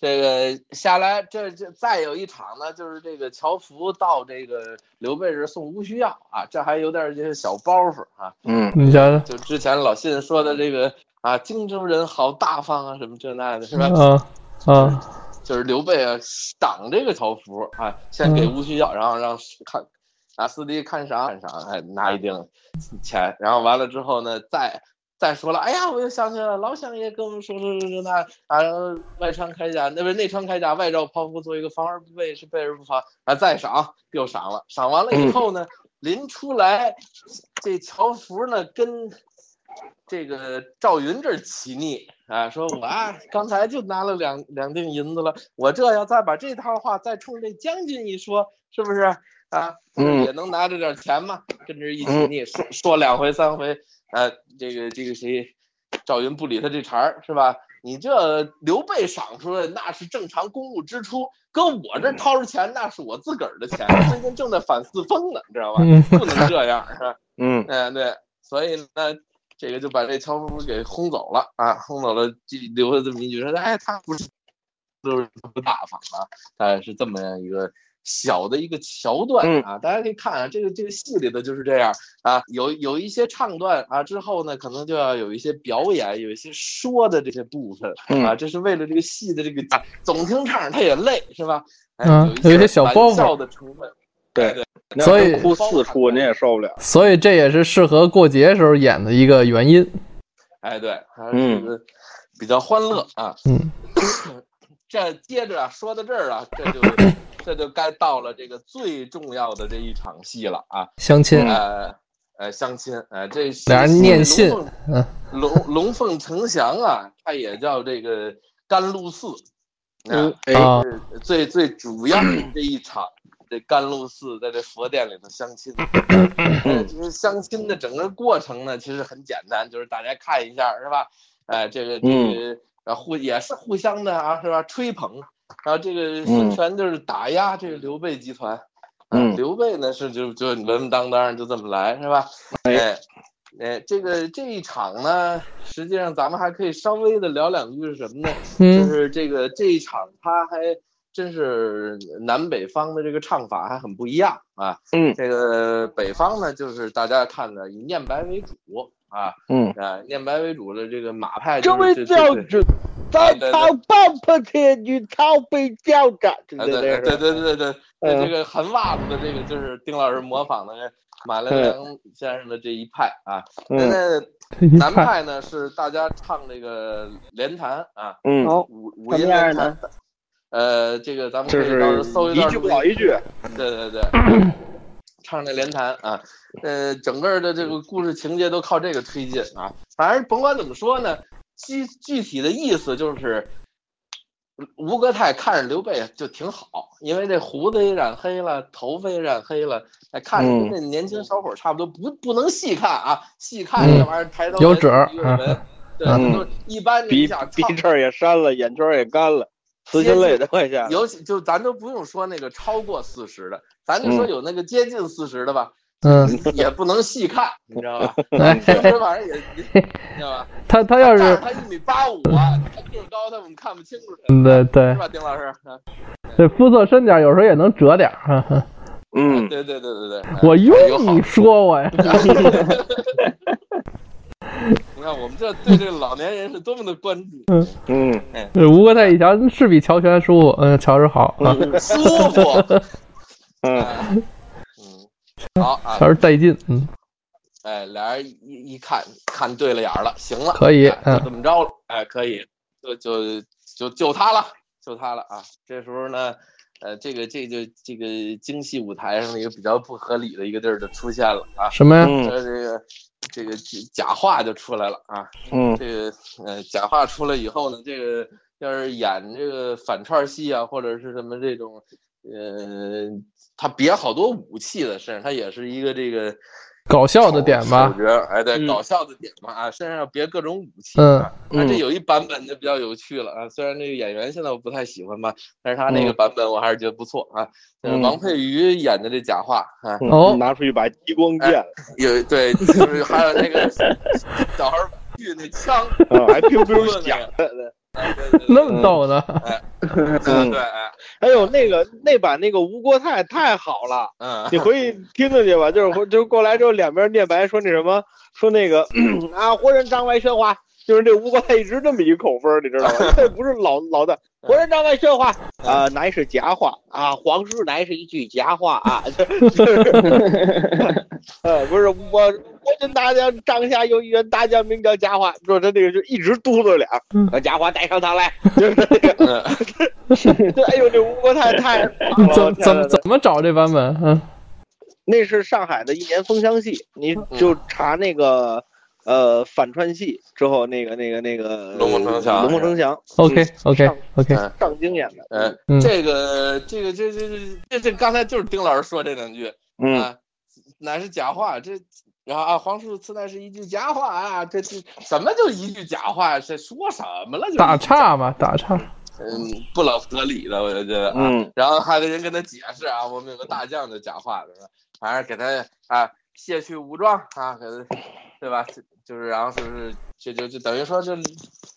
这个下来，这这再有一场呢，就是这个乔福到这个刘备这儿送乌须药啊，这还有点这个小包袱啊，嗯你想想，就之前老信说的这个啊，荆州人好大方啊，什么这那的，是吧？嗯嗯，就是刘备啊，赏这个曹福啊，先给乌须药，然后让看啊四弟看赏看赏，哎，拿一定 钱，然后完了之后呢，再再说了，哎呀，我又想起来了，老想爷跟我们说说说说那啊，外穿铠甲，那不是内穿铠甲，外罩袍服，做一个防而不备，是备而不防啊，再赏又赏了，赏完了以后呢，临出来，这乔福呢跟这个赵云这儿起腻啊，说我啊刚才就拿了两两锭银子了，我这要再把这套话再冲这将军一说，是不是啊？嗯也能拿着点钱嘛，跟这儿一起腻，说说两回三回，啊，这个这个谁，赵云不理他这茬儿是吧？你这刘备赏出来那是正常公务支出，搁我这掏着钱那是我自个儿的钱，最近正在反四风呢，你知道吧？嗯不能这样是吧？嗯嗯，对，所以呢，这个就把这樵夫给轰走了啊，轰走了，就留下这么一句说，哎，他不是就是不大方啊，大概是这么样一个小的一个桥嗯段啊，大家可以看啊，这个这个戏里的就是这样啊，有有一些唱段啊，之后呢，可能就要有一些表演，有一些说的这些部分啊，嗯，这是为了这个戏的这个啊总听唱，他也累是吧？哎嗯有有一一些小玩包袱笑的成分，对，你要所以真哭四出你也受不了，所以这也是适合过节时候演的一个原因。哎，对，还嗯是这个比较欢乐啊。嗯， 这接着啊，说到这儿啊，这就这就该到了这个最重要的这一场戏了啊，相亲，呃呃，相亲，呃，这是俩人念信龙凤嗯龙龙凤呈祥啊，它也叫这个甘露寺，啊，哎，啊是最最主要的这一场，这甘露寺在这佛殿里头相 亲，呃就是相亲的整个过程呢，其实很简单，就是大家看一下是吧？哎，这个这嗯个啊互也是互相的啊是吧？吹捧，然后这个孙权就是打压这个刘备集团，嗯啊刘备呢是就就稳稳当当就这么来是吧？哎哎。哎，这个这一场呢，实际上咱们还可以稍微的聊两句是什么呢？就嗯是这个这一场他还真是南北方的这个唱法还很不一样啊。嗯这个北方呢，就是大家看的以念白为主啊，嗯啊，念白为主的这个马派、这就位是，教对主，早早棒棒天，你逃避教长，就对是对这对样的。对对对，对嗯这个韩袜子的这个就是丁老师模仿的这马连良先生的这一派啊。那嗯那一南派派呢是大家唱这个连弹啊，嗯，好，五五什音么样连呢弹。呃，这个咱们可就以到时候是搜一段句录不音。少一句，对对 对，唱这连弹啊，呃，整个的这个故事情节都靠这个推进啊。反正甭管怎么说呢，具具体的意思就是，吴哥泰看着刘备就挺好，因为这胡子也染黑了，头发也染黑了，哎，看着嗯跟那年轻小伙差不多，不不能细看啊，细看嗯这玩意儿抬头有啊嗯纹褶儿鱼尾纹，对，它都一般你鼻想鼻唱翅儿也删了，眼圈儿也干了，撕心泪都快下来了。尤其就咱都不用说那个超过四十的，咱就说有那个接近四十的吧，嗯， 也不能细 看，你知道吧？哎，平时反 正也，你知道吧？他他要但是是他一米八五啊，他个儿高，他我们看不清楚他，嗯对对是，吧，丁老师？啊这肤色深点儿有时候也能折点儿。哈哈嗯，对对对对对，哎 我用有好你说我呀？你看我们这对这个老年人是多么的关 注，嗯，这吴哥在一瞧是比乔全舒服，嗯，乔治好啊，舒服。嗯，哎嗯，好啊乔，治带劲，嗯，哎，俩人一一看看对了眼儿了，行了，可以哎嗯就这么着了，哎，可以，就就就就他了，就他了啊！这时候呢，呃，这个这个这个京戏舞台上的一个比较不合理的一个地儿就出现了啊，什么呀？这嗯，这个这个假话就出来了啊，嗯，这个呃假话出来以后呢，这个要是演这个反串戏啊，或者是什么这种，呃，他别好多武器的身上，他也是一个这个。搞笑的点吧我，觉得哎，对，嗯搞笑的点嘛啊，身上要别各种武器。嗯啊，那这有一版本就比较有趣了啊，虽然这个演员现在我不太喜欢吧，但是他那个嗯版本我还是觉得不错啊。就是嗯王佩瑜演的这假话啊，哦拿出一把激光剑，有对，就是还有那 个小孩儿玩具那 枪，啊还 biu 对 biu 响。哎对对对那么逗呢？对对，哎哎呦，那个那版那个吴国泰太好了，嗯，你回去听听去吧。就是回就是过来之后，两边念白说那什么，说那个 啊，活人张外喧哗，就是这吴国泰一直这么一口风儿，你知道吗？这不是老老的，活人张外喧哗啊，乃是假话啊，皇叔乃是一句假话啊， 呃，不是我我军大将帐下有一员大将名叫贾华，说他这个就一直嘟嘟脸嗯，把贾华带上堂来，就是这个， 对，哎呦，这吴国泰太棒 你了怎天怎哪么怎么找这版本？嗯，那是上海的一年风箱戏，你就查那个呃反串戏之后，那个那个那个龙凤呈祥龙凤呈祥 OK 嗯 OK OK，嗯上京演的，嗯嗯这个这个这这这这这刚才就是丁老师说这两句，嗯啊，乃是假话，这然后啊，黄叔此乃是一句假话啊，这这什么就一句假话？这说什么了？就打，岔嘛，打岔，嗯，不老合理的，我就觉得啊。嗯 然后还有人跟他解释啊，我们有个大将的假话，对吧？反正给他啊卸去武装啊，给他，对吧？就就是然后就是就就就等于说就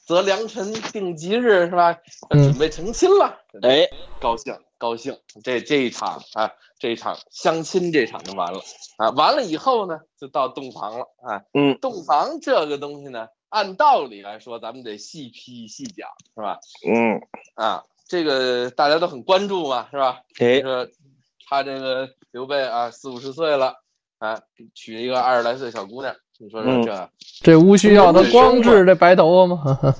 择良辰定吉日是吧？嗯准备成亲了，哎高兴高兴，这这一场啊，这一场相亲这场就完了啊，完了以后呢，就到洞房了啊，嗯，洞房这个东西呢，按道理来说，咱们得细批细讲是吧？嗯啊，这个大家都很关注嘛，是吧？哎就，是他这个刘备啊，四五十岁了啊，娶一个二十来岁小姑娘，你说说嗯这、这无需要他光治这白头发吗？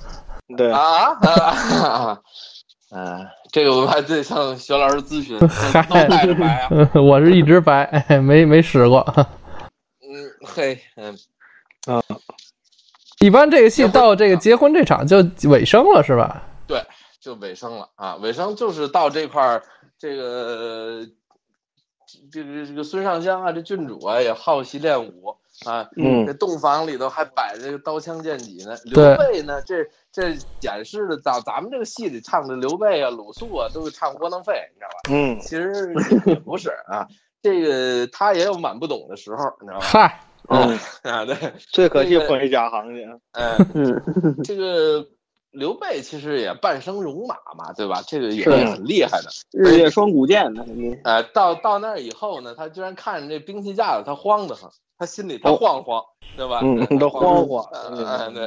对，啊啊啊啊！ 啊，这个我们还得向学老师咨询，都 带着白啊。嗯 我是一直白，哎没没使过。 嗯，嘿，嗯，一般这个戏到这个结婚这场就尾声了，是吧？就尾声了啊，尾声就是到这块儿，这个这个这个孙尚香啊，这郡主啊也好习练武啊，嗯这洞房里头还摆着这个刀枪剑戟呢。对刘备呢，这这演示的咱咱们这个戏里唱的刘备啊、鲁肃啊，都是唱窝囊废，你知道吧？嗯其实也不是啊，这个他也有满不懂的时候，你知道吧？嗨，嗯，啊，对，最可惜那个啊回家行去，嗯，嗯，这个刘备其实也半生戎马嘛，对吧？这个也是是很厉害的。日月双股剑呢，肯定。呃，到到那儿以后呢，他居然看着这兵器架子，他慌得很，他心里他慌慌，对吧？嗯对他慌慌慌。啊嗯、呃，对，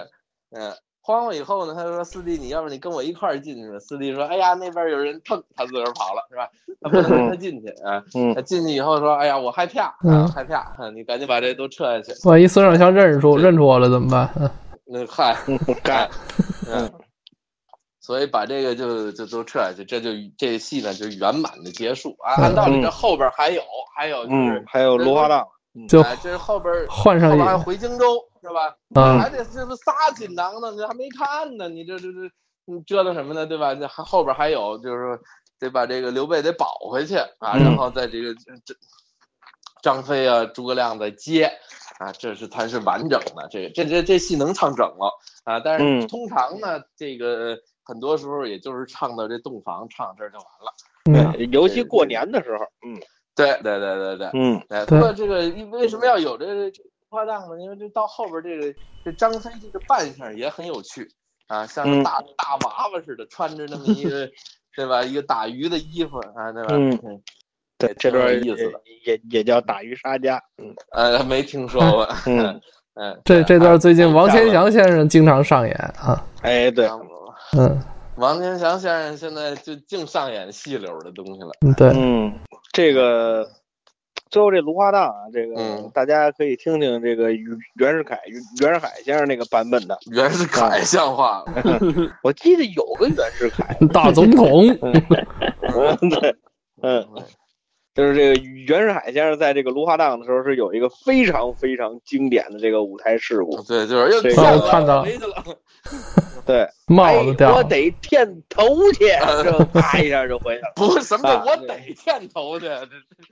嗯、慌慌以后呢，他说：“四弟，你要不你跟我一块儿进去吧。”四弟说：“哎呀，那边有人碰，他自个儿跑了，是吧？他不能跟他进去啊。嗯他进去以后说：‘哎呀，我害怕，啊嗯害怕，啊你赶紧把这都撤下去。万一孙尚香认识出认出我了怎么办？嗯’那嗨，干，嗯，所以把这个就就都撤下去，这就这戏呢就圆满的结束啊。按道理这后边还有，还有就是。嗯，还有芦花荡，就哎，这是后边儿换后上边还瘾回荆州是吧？啊还得这不仨锦囊呢，你还没看呢，你这这这你折腾什么呢？对吧？这还后边还有就是说得把这个刘备得保回去啊，嗯然后在这个这张飞啊、诸葛亮再接啊，这是才是完整的。这这这这戏能唱整了啊，但是嗯通常呢，这个很多时候也就是唱到这洞房唱这儿就完了。嗯，尤其过年的时候，嗯对对对对对，嗯哎，不对过这个因为什么要有这个夸张呢？因为这到后边这个这张飞这个扮相也很有趣啊，像个嗯大、大娃娃似的，穿着那么一 个对吧，一个打鱼的衣服啊，对吧？嗯，对，这段挺有意思的也也也叫打鱼杀 家，嗯 呃，没听说 过，嗯，嗯，这对这段最近王下千了祥先生经常上演啊，哎对，啊嗯王天祥先生现在就净上演戏流的东西了，嗯对，嗯，这个最后这芦花荡啊，这个嗯大家可以听听这个袁袁世凯袁袁世凯先生那个版本的，袁世凯像话吗？我记得有个袁世凯，大总统，嗯对，嗯。就是这个袁世凯先生在这个芦花荡的时候，是有一个非常非常经典的这个舞台事故，对，就是又这见个了我看到了回去 了，对，帽子哎掉我了，得剃头去，就啪一下就回去了。不是什么叫啊我得 剃头去，这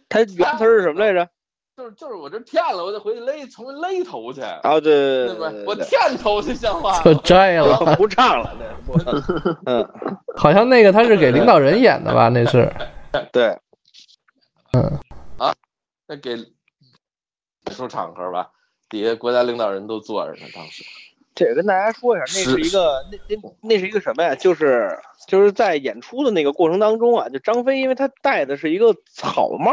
他原词儿是什么来着？就是就是我这骗了，我得回去勒，重新勒头去。啊，对对对吧对？我对对，剃头就像话就吗，摘了，不唱了，对，不唱了。嗯，好像那个他是给领导人演的吧？那是，对，那给演出场合吧，底下国家领导人都坐着呢，当时这个跟大家说一下，那是一个那那那是一个什么呀？就是就是在演出的那个过程当中啊，就张飞，因为他戴的是一个草帽，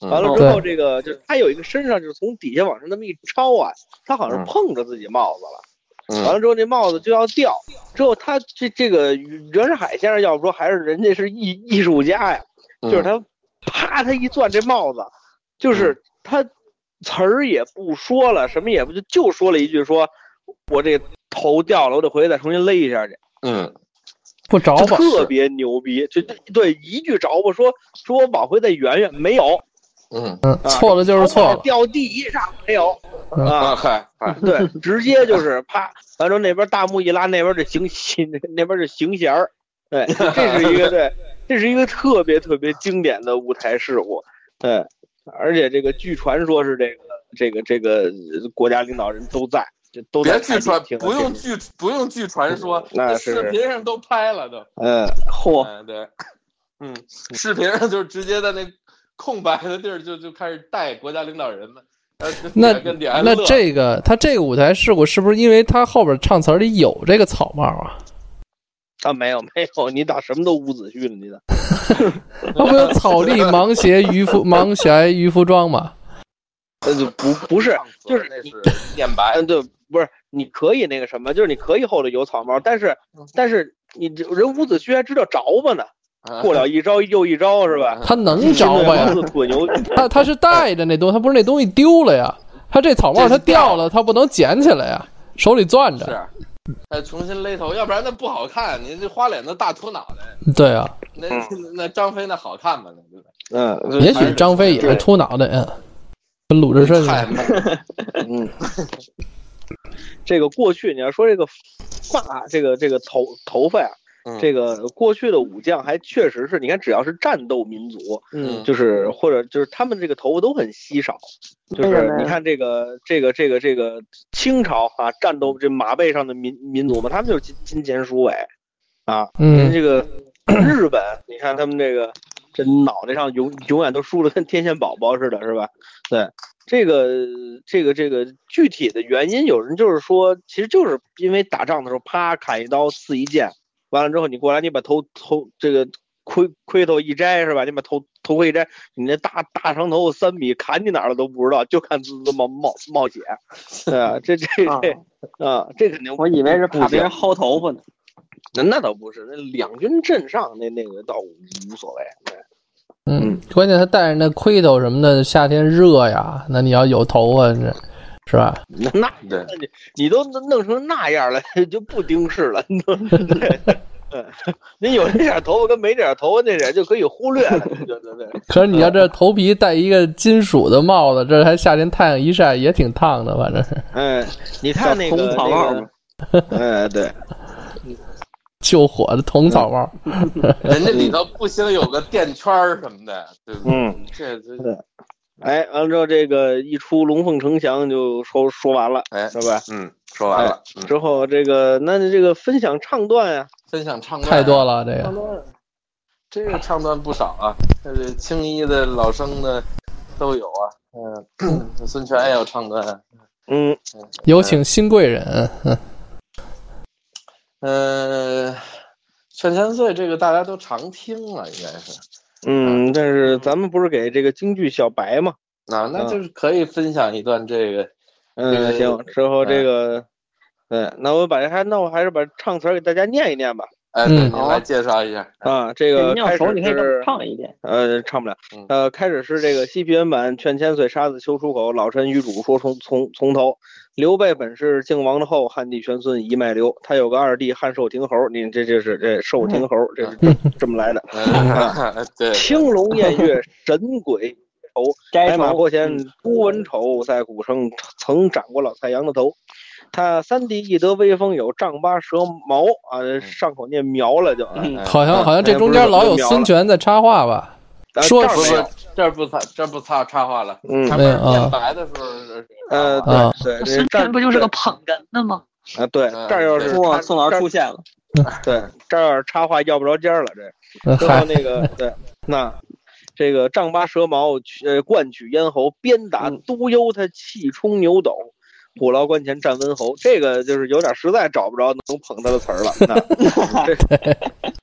嗯完了之后，这个就是他有一个身上就是从底下往上那么一抄啊，他好像是碰着自己帽子了。嗯完了之后，这帽子就要掉。之后他这这个袁世凯先生要不说还是人家是艺艺术家呀，嗯就是他啪他一攥这帽子，嗯就是他词儿也不说了，什么也不就就说了一句说，我这头掉了，我得回去再重新勒一下去。嗯不着吧？特别牛逼，就对一句着吧，说说我往回再圆圆，没有，嗯嗯，错了就是错了，掉地一上没有嗯啊啊，嗨嗨，对，直接就是啪，完之后那边大幕一拉，那边这行行， 那边是行弦儿，对，这是一个对，这是一个特别特别经典的舞台事故，对，而且这个据传说是这个这个这个呃国家领导人都在，就都在别据传，台底听不用听据不用据传说，那这是视频上都拍了都。嗯，嚯，嗯，对，嗯，视频上就是直接在那空白的地儿就就开始带国家领导人们，呃，那跟点那这个他这个舞台事故是不是因为他后边唱词儿里有这个草帽啊？啊没有没有，你咋什么都伍子胥了，你咋？他不有草 笠、芒鞋、渔夫、芒鞋、渔夫装吗？呃就不不是，就是那是念白，嗯，对，不是，你可以那个什么，就是你可以后头有草帽，但是但是你这人伍子胥还知道着吧呢，啊过了一招又一招是吧？他能着吧呀？子滚牛，他他是带着那东西，他不是那东西丢了呀？他这草帽他掉了，他不能捡起来呀，手里攥着。是，呃，重新勒头，要不然那不好看。你这花脸子大秃脑袋，对啊，那、嗯 那张飞那好看吗？那对吧？嗯，也许张飞也是秃脑袋，嗯，跟鲁智深似太的。美 嗯，这个过去你要说这个发，这个这个头头发呀、嗯这个过去的武将还确实是，你看只要是战斗民族，嗯就是或者就是他们这个头发都很稀少，就对是对你看这个这个这个这个清朝啊，战斗这马背上的民民族嘛，他们就是金金钱鼠尾啊，人嗯，这个 日本，你看他们这个这脑袋上永永远都梳的跟天线宝宝似的，是吧？对，这个这个这个具体的原因，有人就是说，其实就是因为打仗的时候，啪砍一刀刺一剑，完了之后你过来，你把头头这个盔盔头一摘是吧？你把头头盔一摘，你那大大长头三米砍你哪儿了都不知道，就看滋滋冒冒冒血，对啊，这这这啊，这肯定我以为是怕别人薅头发呢。那那倒不是，那两军阵上那那个倒无所谓。对嗯，关键他戴着那盔头什么的，夏天热呀，那你要有头发、啊，这是吧？那那你你都弄成那样了，就不丁式了。 你有这点头发跟没这点头发那点就可以忽略了。对对对。可是你要这头皮戴一个金属的帽子，这还夏天太阳一晒也挺烫的，反正是。嗯，你看那个草帽嘛。嗯，对。救火的铜草帽，人家里头不兴有个垫圈儿什么的，对不对？嗯，这这，哎，完了之后这个一出龙凤呈祥就说说完了，哎，对吧？嗯，说完了。嗯、之后这个那这个分享唱段呀、啊，分享唱段太多了，这个唱段，这个唱段不少啊，这个青衣的、老生的都有啊，嗯，孙权也有唱段、啊，嗯，有请新贵人。嗯嗯，劝千岁这个大家都常听了，应该是。嗯，但是咱们不是给这个京剧小白嘛？啊，那就是可以分享一段这个。嗯，行，之后哎这个，嗯，那我把还那我还是把唱词给大家念一念吧。哎，你嗯来介绍一下哎啊，这个开始是唱一嗯遍，呃，唱不了。呃，开始是这个西皮原版《劝千岁杀子休出口，老臣与主说从从从头。刘备本是靖王的后，汉帝玄孙一脉流。他有个二弟汉寿亭侯，你这这是这寿亭侯，这是嗯这么 来的。嗯嗯 对，青龙偃月，神鬼愁，哎白马过前嗯朱文丑，在古城曾斩过老蔡阳的头。他三弟翼德威风有丈八蛇矛啊，上口念苗了就。啊好像好像这中间老有孙权在插话吧？说不是，这不插这不插插话了。嗯，他们啊念白的时候，呃，对对，孙权不就是个捧哏的吗？啊，对，嗯这儿要是宋宋老师出现了，对，这儿要是插话要不着尖了，这 然后那个对那。这个丈八蛇矛，呃，灌取咽喉，鞭打都幽，他气冲牛斗。虎牢关前战温侯，这个就是有点实在找不着能捧他的词儿了。那这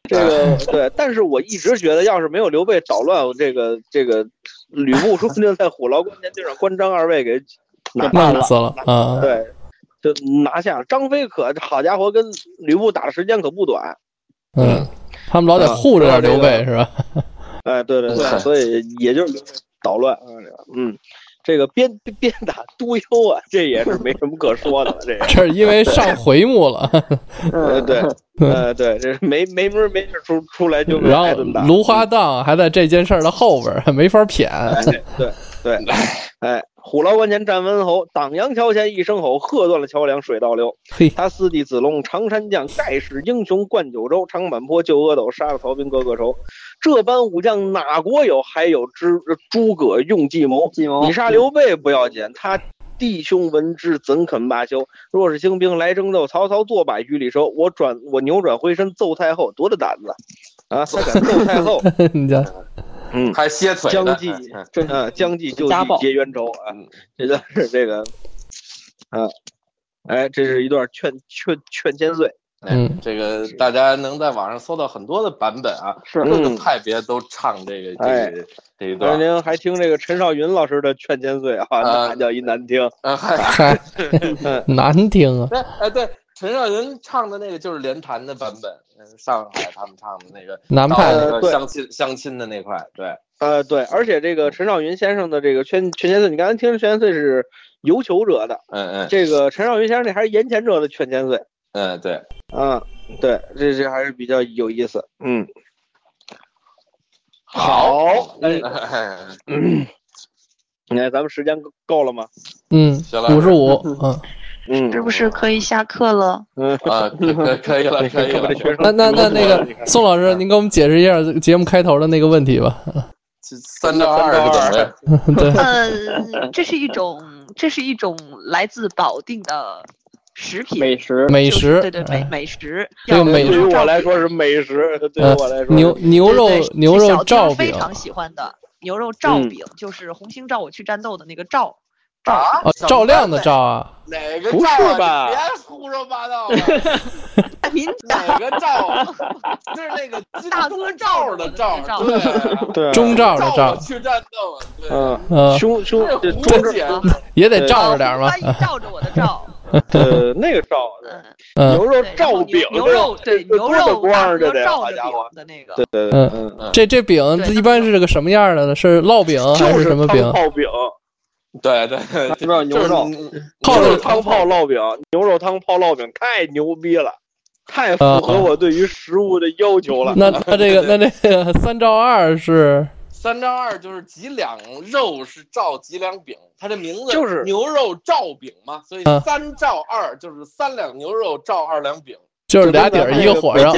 这个对，但是我一直觉得，要是没有刘备捣乱，我这个这个吕布说不定在虎牢关前就让关张二位给拿弄死了啊！对，就拿下张飞可，可好家伙，跟吕布打的时间可不短。嗯，他们老得护着点刘备是吧？ 哎，对对对，所以也就是捣乱。嗯。这个鞭鞭打都幽啊，这也是没什么可说的了。这 这是因为上回目了，嗯 呃嗯对，呃对，这没没门没事出出来就然后芦花荡还在这件事的后边，没法谝。 对对，哎，虎牢关前战温侯，挡阳桥前一声吼，喝断了桥梁水倒流。他四弟子龙，常山将，盖世英雄冠九州，长坂坡救阿斗，杀了曹兵个个仇。这般武将哪国有？还有诸诸葛用计谋。计谋你杀刘备不要紧，他弟兄闻之怎肯罢休？若是兴兵来争斗，曹操坐把鱼里收。我转我扭转回身揍太后，多大胆子啊！他敢揍太后，你家嗯，还歇哎腿将计这啊，将计就计结冤仇啊！这段是这个啊，哎，这是一段劝劝劝千岁。嗯，哎这个大家能在网上搜到很多的版本啊，嗯是各个派别都唱这个这哎个这一段。您还听这个陈少云老师的《劝千岁》啊，那叫一难听啊，嗨，难听啊！哎，对，陈少云唱的那个就是连弹的版本，呃上海他们唱的那个南派相亲相亲的那块，对，呃，对，而且这个陈少云先生的这个《劝劝千岁》，你刚才听《劝千岁》是游求者的，嗯嗯，这个陈少云先生那还是言前者的《劝千岁》。嗯，对， 嗯，对，这这还是比较有意思，嗯，好，哎，你看咱们时间够了吗？嗯，行了，五十五，嗯，嗯，是不是可以下课了？嗯啊，可以 了，可以了。那那那那个宋老师，您给我们解释一下节目开头的那个问题吧。 三到二是怎 么？嗯，这是一种，这是一种来自保定的。食品、美食、美食，哎对对美美食。这个对于我来说是美食，对于我来说牛牛肉牛肉罩饼，哦嗯非常喜欢的牛肉罩饼，就是红星照我去战斗的那个照，赵啊哦，照亮的照啊，哪个不赵啊是吧你别胡说八道了，哎 哪个赵啊？就是那个金大钟哥罩罩的的罩，罩 对，对啊，中照着罩照我，去战斗了，对。嗯，嗯，胸胸这这胡中姐啊，也得 照着点儿嘛，哦照着我的 照，呃那个照嗯，嗯，牛肉对然照后饼牛，牛肉这对牛多少肉光这大得，哥好照家着伙，饼的那个，对对嗯嗯，这这饼对一般是个什么样的呢？是烙饼还就是什么饼汤？泡饼，对对，这边有牛肉，泡就是的汤泡烙饼，牛肉汤泡烙饼太牛逼了，太符合我对于食物的要求了。那那这个那这个 三照二是三张二就是几两肉是照几两饼，它这名字就是牛肉照饼嘛，所以啊三照二就是三两牛肉照二两饼。就是俩底儿一个火上，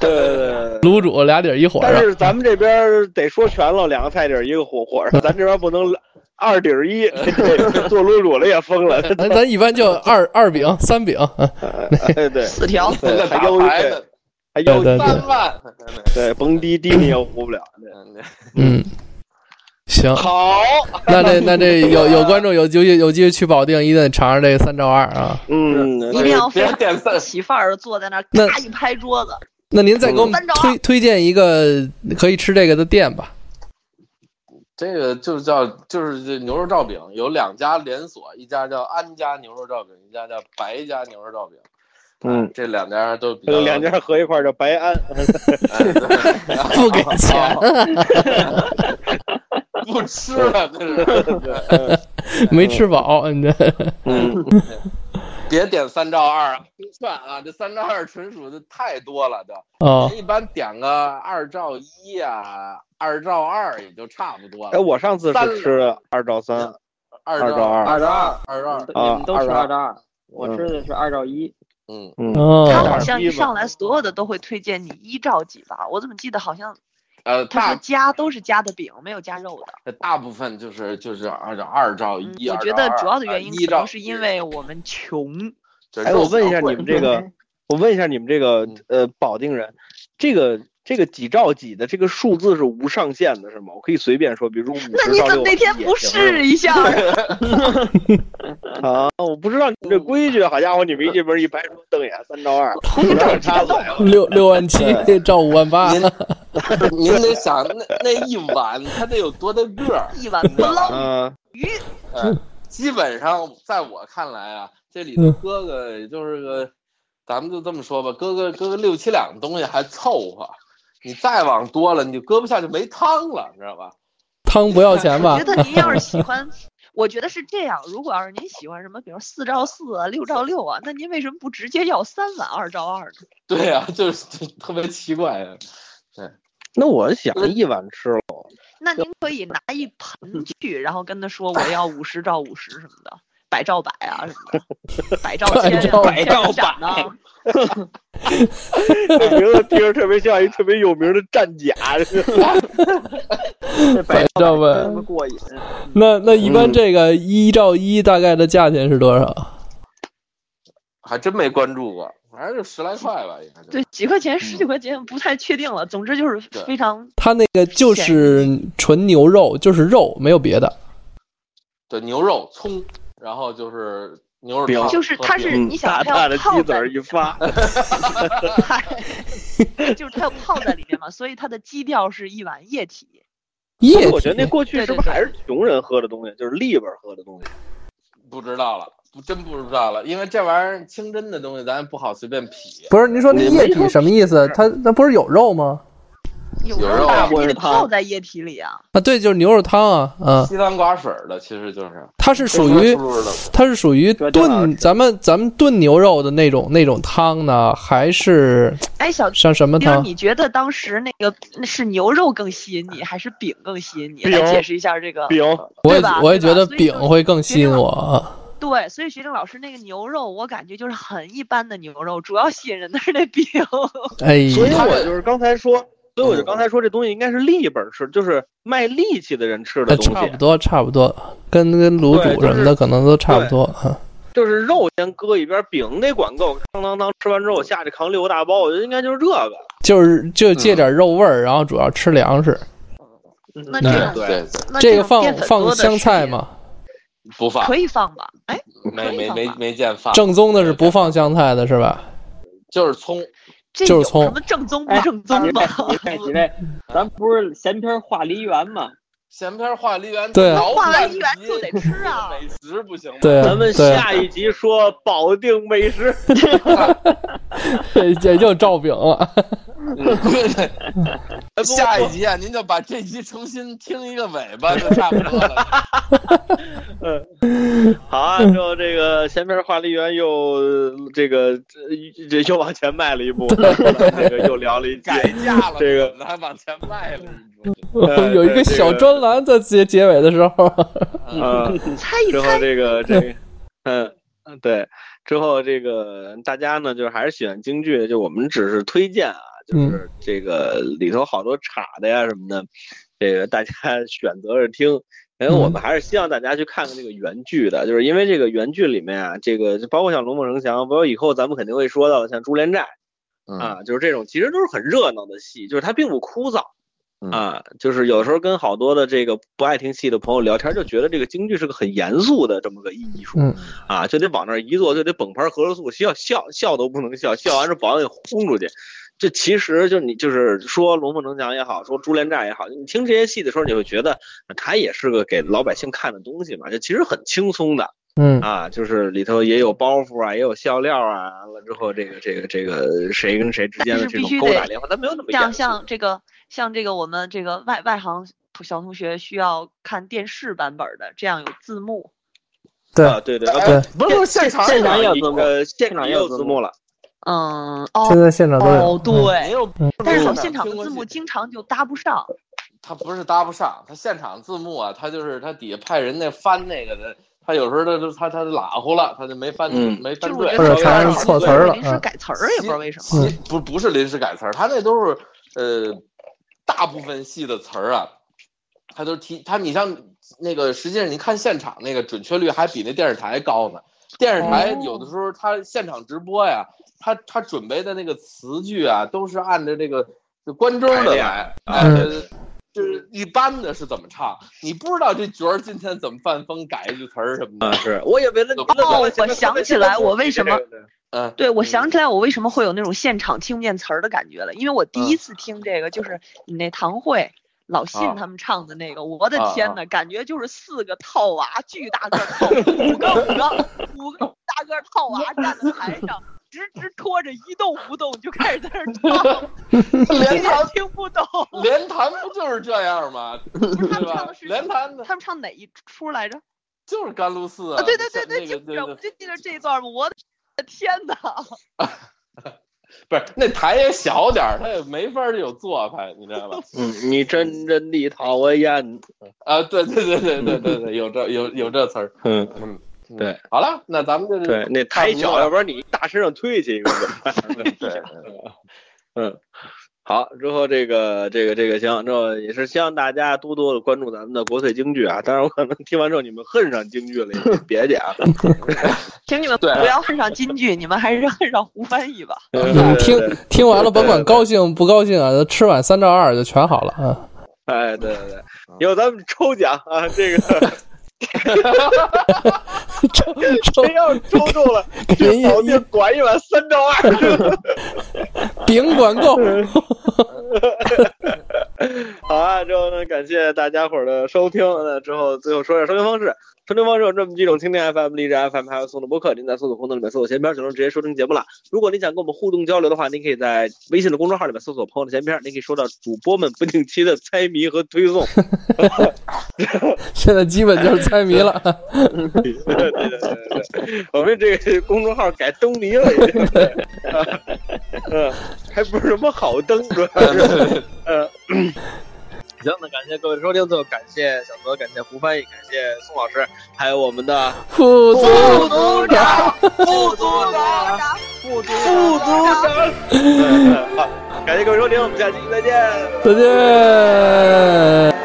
对对 对对。卤煮俩底儿一火但 上，是咱们这边得说全了，两个菜底儿一个火 火，咱这边不能二底儿 一，做卤煮了也疯 了。咱咱一般就二二饼三饼，啊哎对， 四条，对那还打要牌呢，还要对三万。对蹦迪迪你也糊不 了。嗯，行，好，那这那这有有观众有有有机会去保定，一定得尝尝这个三照二啊。嗯，一定要别点赞 媳妇儿坐在那儿，那咔一拍桌子，那您再给我们三照推二推荐一个可以吃这个的 店吧？这个就叫就是这牛肉照饼，有两家连锁，一家叫安家牛肉照饼，一家叫白家牛肉照饼。嗯，这两家都比较两家合 一块儿叫白安，不给钱，不吃了，这 是。没吃饱，你这嗯，别点三照二啊，不算啊，这三照二纯属的太多了，就。哦一般点个二照一啊，二照二也就差不多 哎，了。我上次是吃了嗯二照三，二二照照二二照二，二照二，你们都吃啊二照二，我吃的是二照一，嗯，嗯，他哦，好像二逼一吧上来所有的都会推荐你一照几吧，我怎么记得好像呃，他大是加都是加的饼，没有加肉的。大部分就是就是二照二照嗯一，我二觉照得二主要的呃原因一可能照是一因为我们穷，就是哎，肉我问一下小你鬼们这个，嗯我问一下你们这个呃保定人，这个这个几兆几的这个数字是无上限的，是吗？我可以随便说，比如五十那你兆怎六么那天不试一 下？啊？我不知道你们这规矩，好家伙，你们一进门一白说瞪眼三兆 二，红让整插嘴了。六六万七照五万八， 您得想那那一碗它得有多大个儿？一碗不捞 嗯，鱼，呃基本上在我看来啊，这里头哥哥也就是个，咱们就这么说吧，哥哥哥哥六七两东西还凑合，你再往多了，你就搁不下就没汤了，你知道吧？汤不要钱吧 我觉？得您要是喜 欢，我觉得是这样。如果要是您喜欢什么，比如四照四啊、六照六啊，那您为什么不直接要三碗二照二呢？对呀、就是就特别奇怪啊。那我想一碗吃 了，那您可以拿一盆去，然后跟他说我要五十照五十什么的，百照百啊什么的，百照千百照啊，百千盏呢？这名哎字听着特别像一特别有名的战 甲。这百照百真他妈过瘾。那那一嗯般这个一照一大概的价钱是多少？还真没关注过，反正就十来块吧，应该就。对，几块钱、十几块钱不太确定了。总之就是对非常它那个就是纯牛肉，就是肉，没有别的。对，牛肉、葱，然后就是牛肉饼汤，就是和它饼是你嗯想大它大要的泡鸡子在儿一 发，就是它要泡在里面嘛，所以它的基调是一碗液体。液我觉得那体过去是不是还是穷人喝的东西，就是里边喝的东西？不知道了，不真不知道了，因为这玩意儿清真的东西咱也不好随便匹。不是？您说那液体什么意思？它它不是有肉吗？有有的肉话啊不或是者得汤泡在液体里啊，啊，对，就是牛肉汤啊，啊，西单瓜水儿的其实就是它是属于这出来出入的它是属于这这哪儿炖咱们咱们炖牛肉的那种那种汤呢，还是哎，小像什么丁儿，汤？你觉得当时那个那是牛肉更吸引你，还是饼更吸引你？饼来解释一下这个。饼我也对吧我也觉得对吧所以饼就是会更吸引我啊。对，所以学静老师那个牛肉，我感觉就是很一般的牛肉，主要吸引人的是那饼。 哎所以呀，我就是刚才说，所以我就刚才说这东西应该是立本吃，就是卖力气的人吃的东嗯呃差西啊不，多差不多，跟跟卤对煮就什么是的可能都差不多啊。就是肉先搁一边，饼得管够，当当当吃完之后下去扛六个大包，我觉得应该就是这个。就是就借点肉味儿，然后主要吃粮食。那那这种对对嗯那嗯这个种淀放粉多放的香食菜品？吗？不放，可以放吧？哎，没可以没放没吧没见放，正宗的是不放香菜的，是吧？就是葱，这就是有葱什么正宗不哎正宗您吧？看，您看，几位，咱不是闲篇画梨园吗？闲篇画梨园，对老画完板梨园就得吃 啊！美食不行吗？对，咱们对，下一集说保定美食， 也也就照饼了。 哎不嗯下一集啊，您就把这集重新听一个尾巴就差不多了。好啊，之后这个前面画梨园又呃这个这这又往前迈了一步， 这个又聊了一集。改价了，这个嗯咱还往前迈了一步。对 有一个小专栏在结结尾的时候， 啊， 猜 一之后猜，这个这个，嗯嗯对，之后这个大家呢就是还是喜欢京剧，就我们只是推荐啊，就是这个里头好多岔的呀什么的，这个大家 选择着听。因为我们还是希望大家去看看这个原剧的，就是因为这个原剧里面啊，这个包括像《龙凤呈祥》，包括以后咱们肯定会说到的，像《珠帘寨》嗯啊，就是这种其实都是很热闹的戏，就是它并不枯燥。啊，就是有时候跟好多的这个不爱听戏的朋友聊天，就觉得这个京剧是个很严肃的这么个艺术，嗯啊，就得往那儿一坐，就得绷盘合着素，笑笑笑都不能笑，笑完之后保安给轰出去。这其实就你就是说《龙凤呈祥》也好，说《珠帘寨》也好，你听这些戏的时候，你会觉得啊它也是个给老百姓看的东西嘛，就其实很轻松的，嗯啊，就是里头也有包袱啊，也有笑料啊，完了之后这个这个这个谁跟谁之间的这种勾搭连环，它没有那么像严肃。像这个像这个我们这个外外行小同学需要看电视版本的，这样有字幕。对啊，对对啊，哎不是不是现场现场也也有有字字幕幕，呃，现场也有字字幕幕了。嗯，现哦在现场都有。嗯哦，对，没有，但是好嗯像现场的听过字幕这经常就搭不上。他不是搭不上，他现场字幕啊，他就是他底下派人那翻那个的，他有时候他他他拉呼了，他就没翻、嗯没就翻是我对，觉或得者全是错词儿了嗯临时改词儿也不知道为什么。其不不是临时改词儿，他那都是呃，大部分戏的词儿啊，他都提他你像那个，实际上你看现场那个准确率还比那电视台高呢。电视台哦有的时候他现场直播呀，他他准备的那个词句啊，都是按照这个就关中排的练来，啊哎对就是就是一般的是怎么唱，你不知道这角儿今天怎么犯风改一句词儿什么啊，的，是，我也没问。哦问我想起来我为什么 嗯，对，我嗯想起来我为什么会有那种现场听不见词儿的感觉了，因为我第一次听这个就是你那堂会。老信啊他们唱的那个，我的啊天啊呐，感觉就是四个套娃，巨大个儿套，五个五个五个大个儿套娃站在台上，直直戳着一动不动就开始在那儿唱，一 连点弹听不懂。 连弹不就是这样吗？不是他对们唱吧的？是什连么弹的他们唱哪一出来着？就是甘露寺啊，对对对对，那个就是那我个就记得这一段儿，我的天呐，不是那台也小点儿，他也没法儿有做派，你知道吧？嗯， 你真真的讨我厌。啊，对对对对对对对，有这有有这词儿。嗯，嗯，对，好了，那咱们就是对，那抬脚，要不然你一大身上推去，一个对对， 嗯，好，之后这个这个这个行，之后也是希望大家多多的关注咱们的国粹京剧啊。当然，我可能听完之后你们恨上京剧了，也别介啊。 请你们不对要恨上京剧，你们还是恨上胡翻译吧。你们听听完了，甭管高兴不高兴啊，吃碗三照二就全好了啊。 哎，对对对，以后咱们抽奖啊，这个抽抽谁要抽中了，给人就保一定管一碗三照二。饼管够，好啊，之后呢，感谢大家伙儿的收听。那之后最后说一下收听方式，收听方式有这么几种：蜻蜓 FM、荔枝 FM，还有送的播客。您在搜索功能里面搜索“闲篇”就能直接收听节目了。如果您想跟我们互动交流的话，您可以在微信的公众号里面搜索“朋友的闲篇”，您可以收到主播们不定期的猜谜和推送。现在基本就是猜谜了。 对 对对对对， 我们这个公众号改灯谜了，已经。 嗯，还不是什么好灯，主要 是。嗯。行，那感谢各位收听，最后感谢小泽，感谢胡翻译，感谢宋老师，还有我们 的副不组组长，啊不组长。副啊组长。嗯嗯好，感谢各位收听，我们下期再见。再见。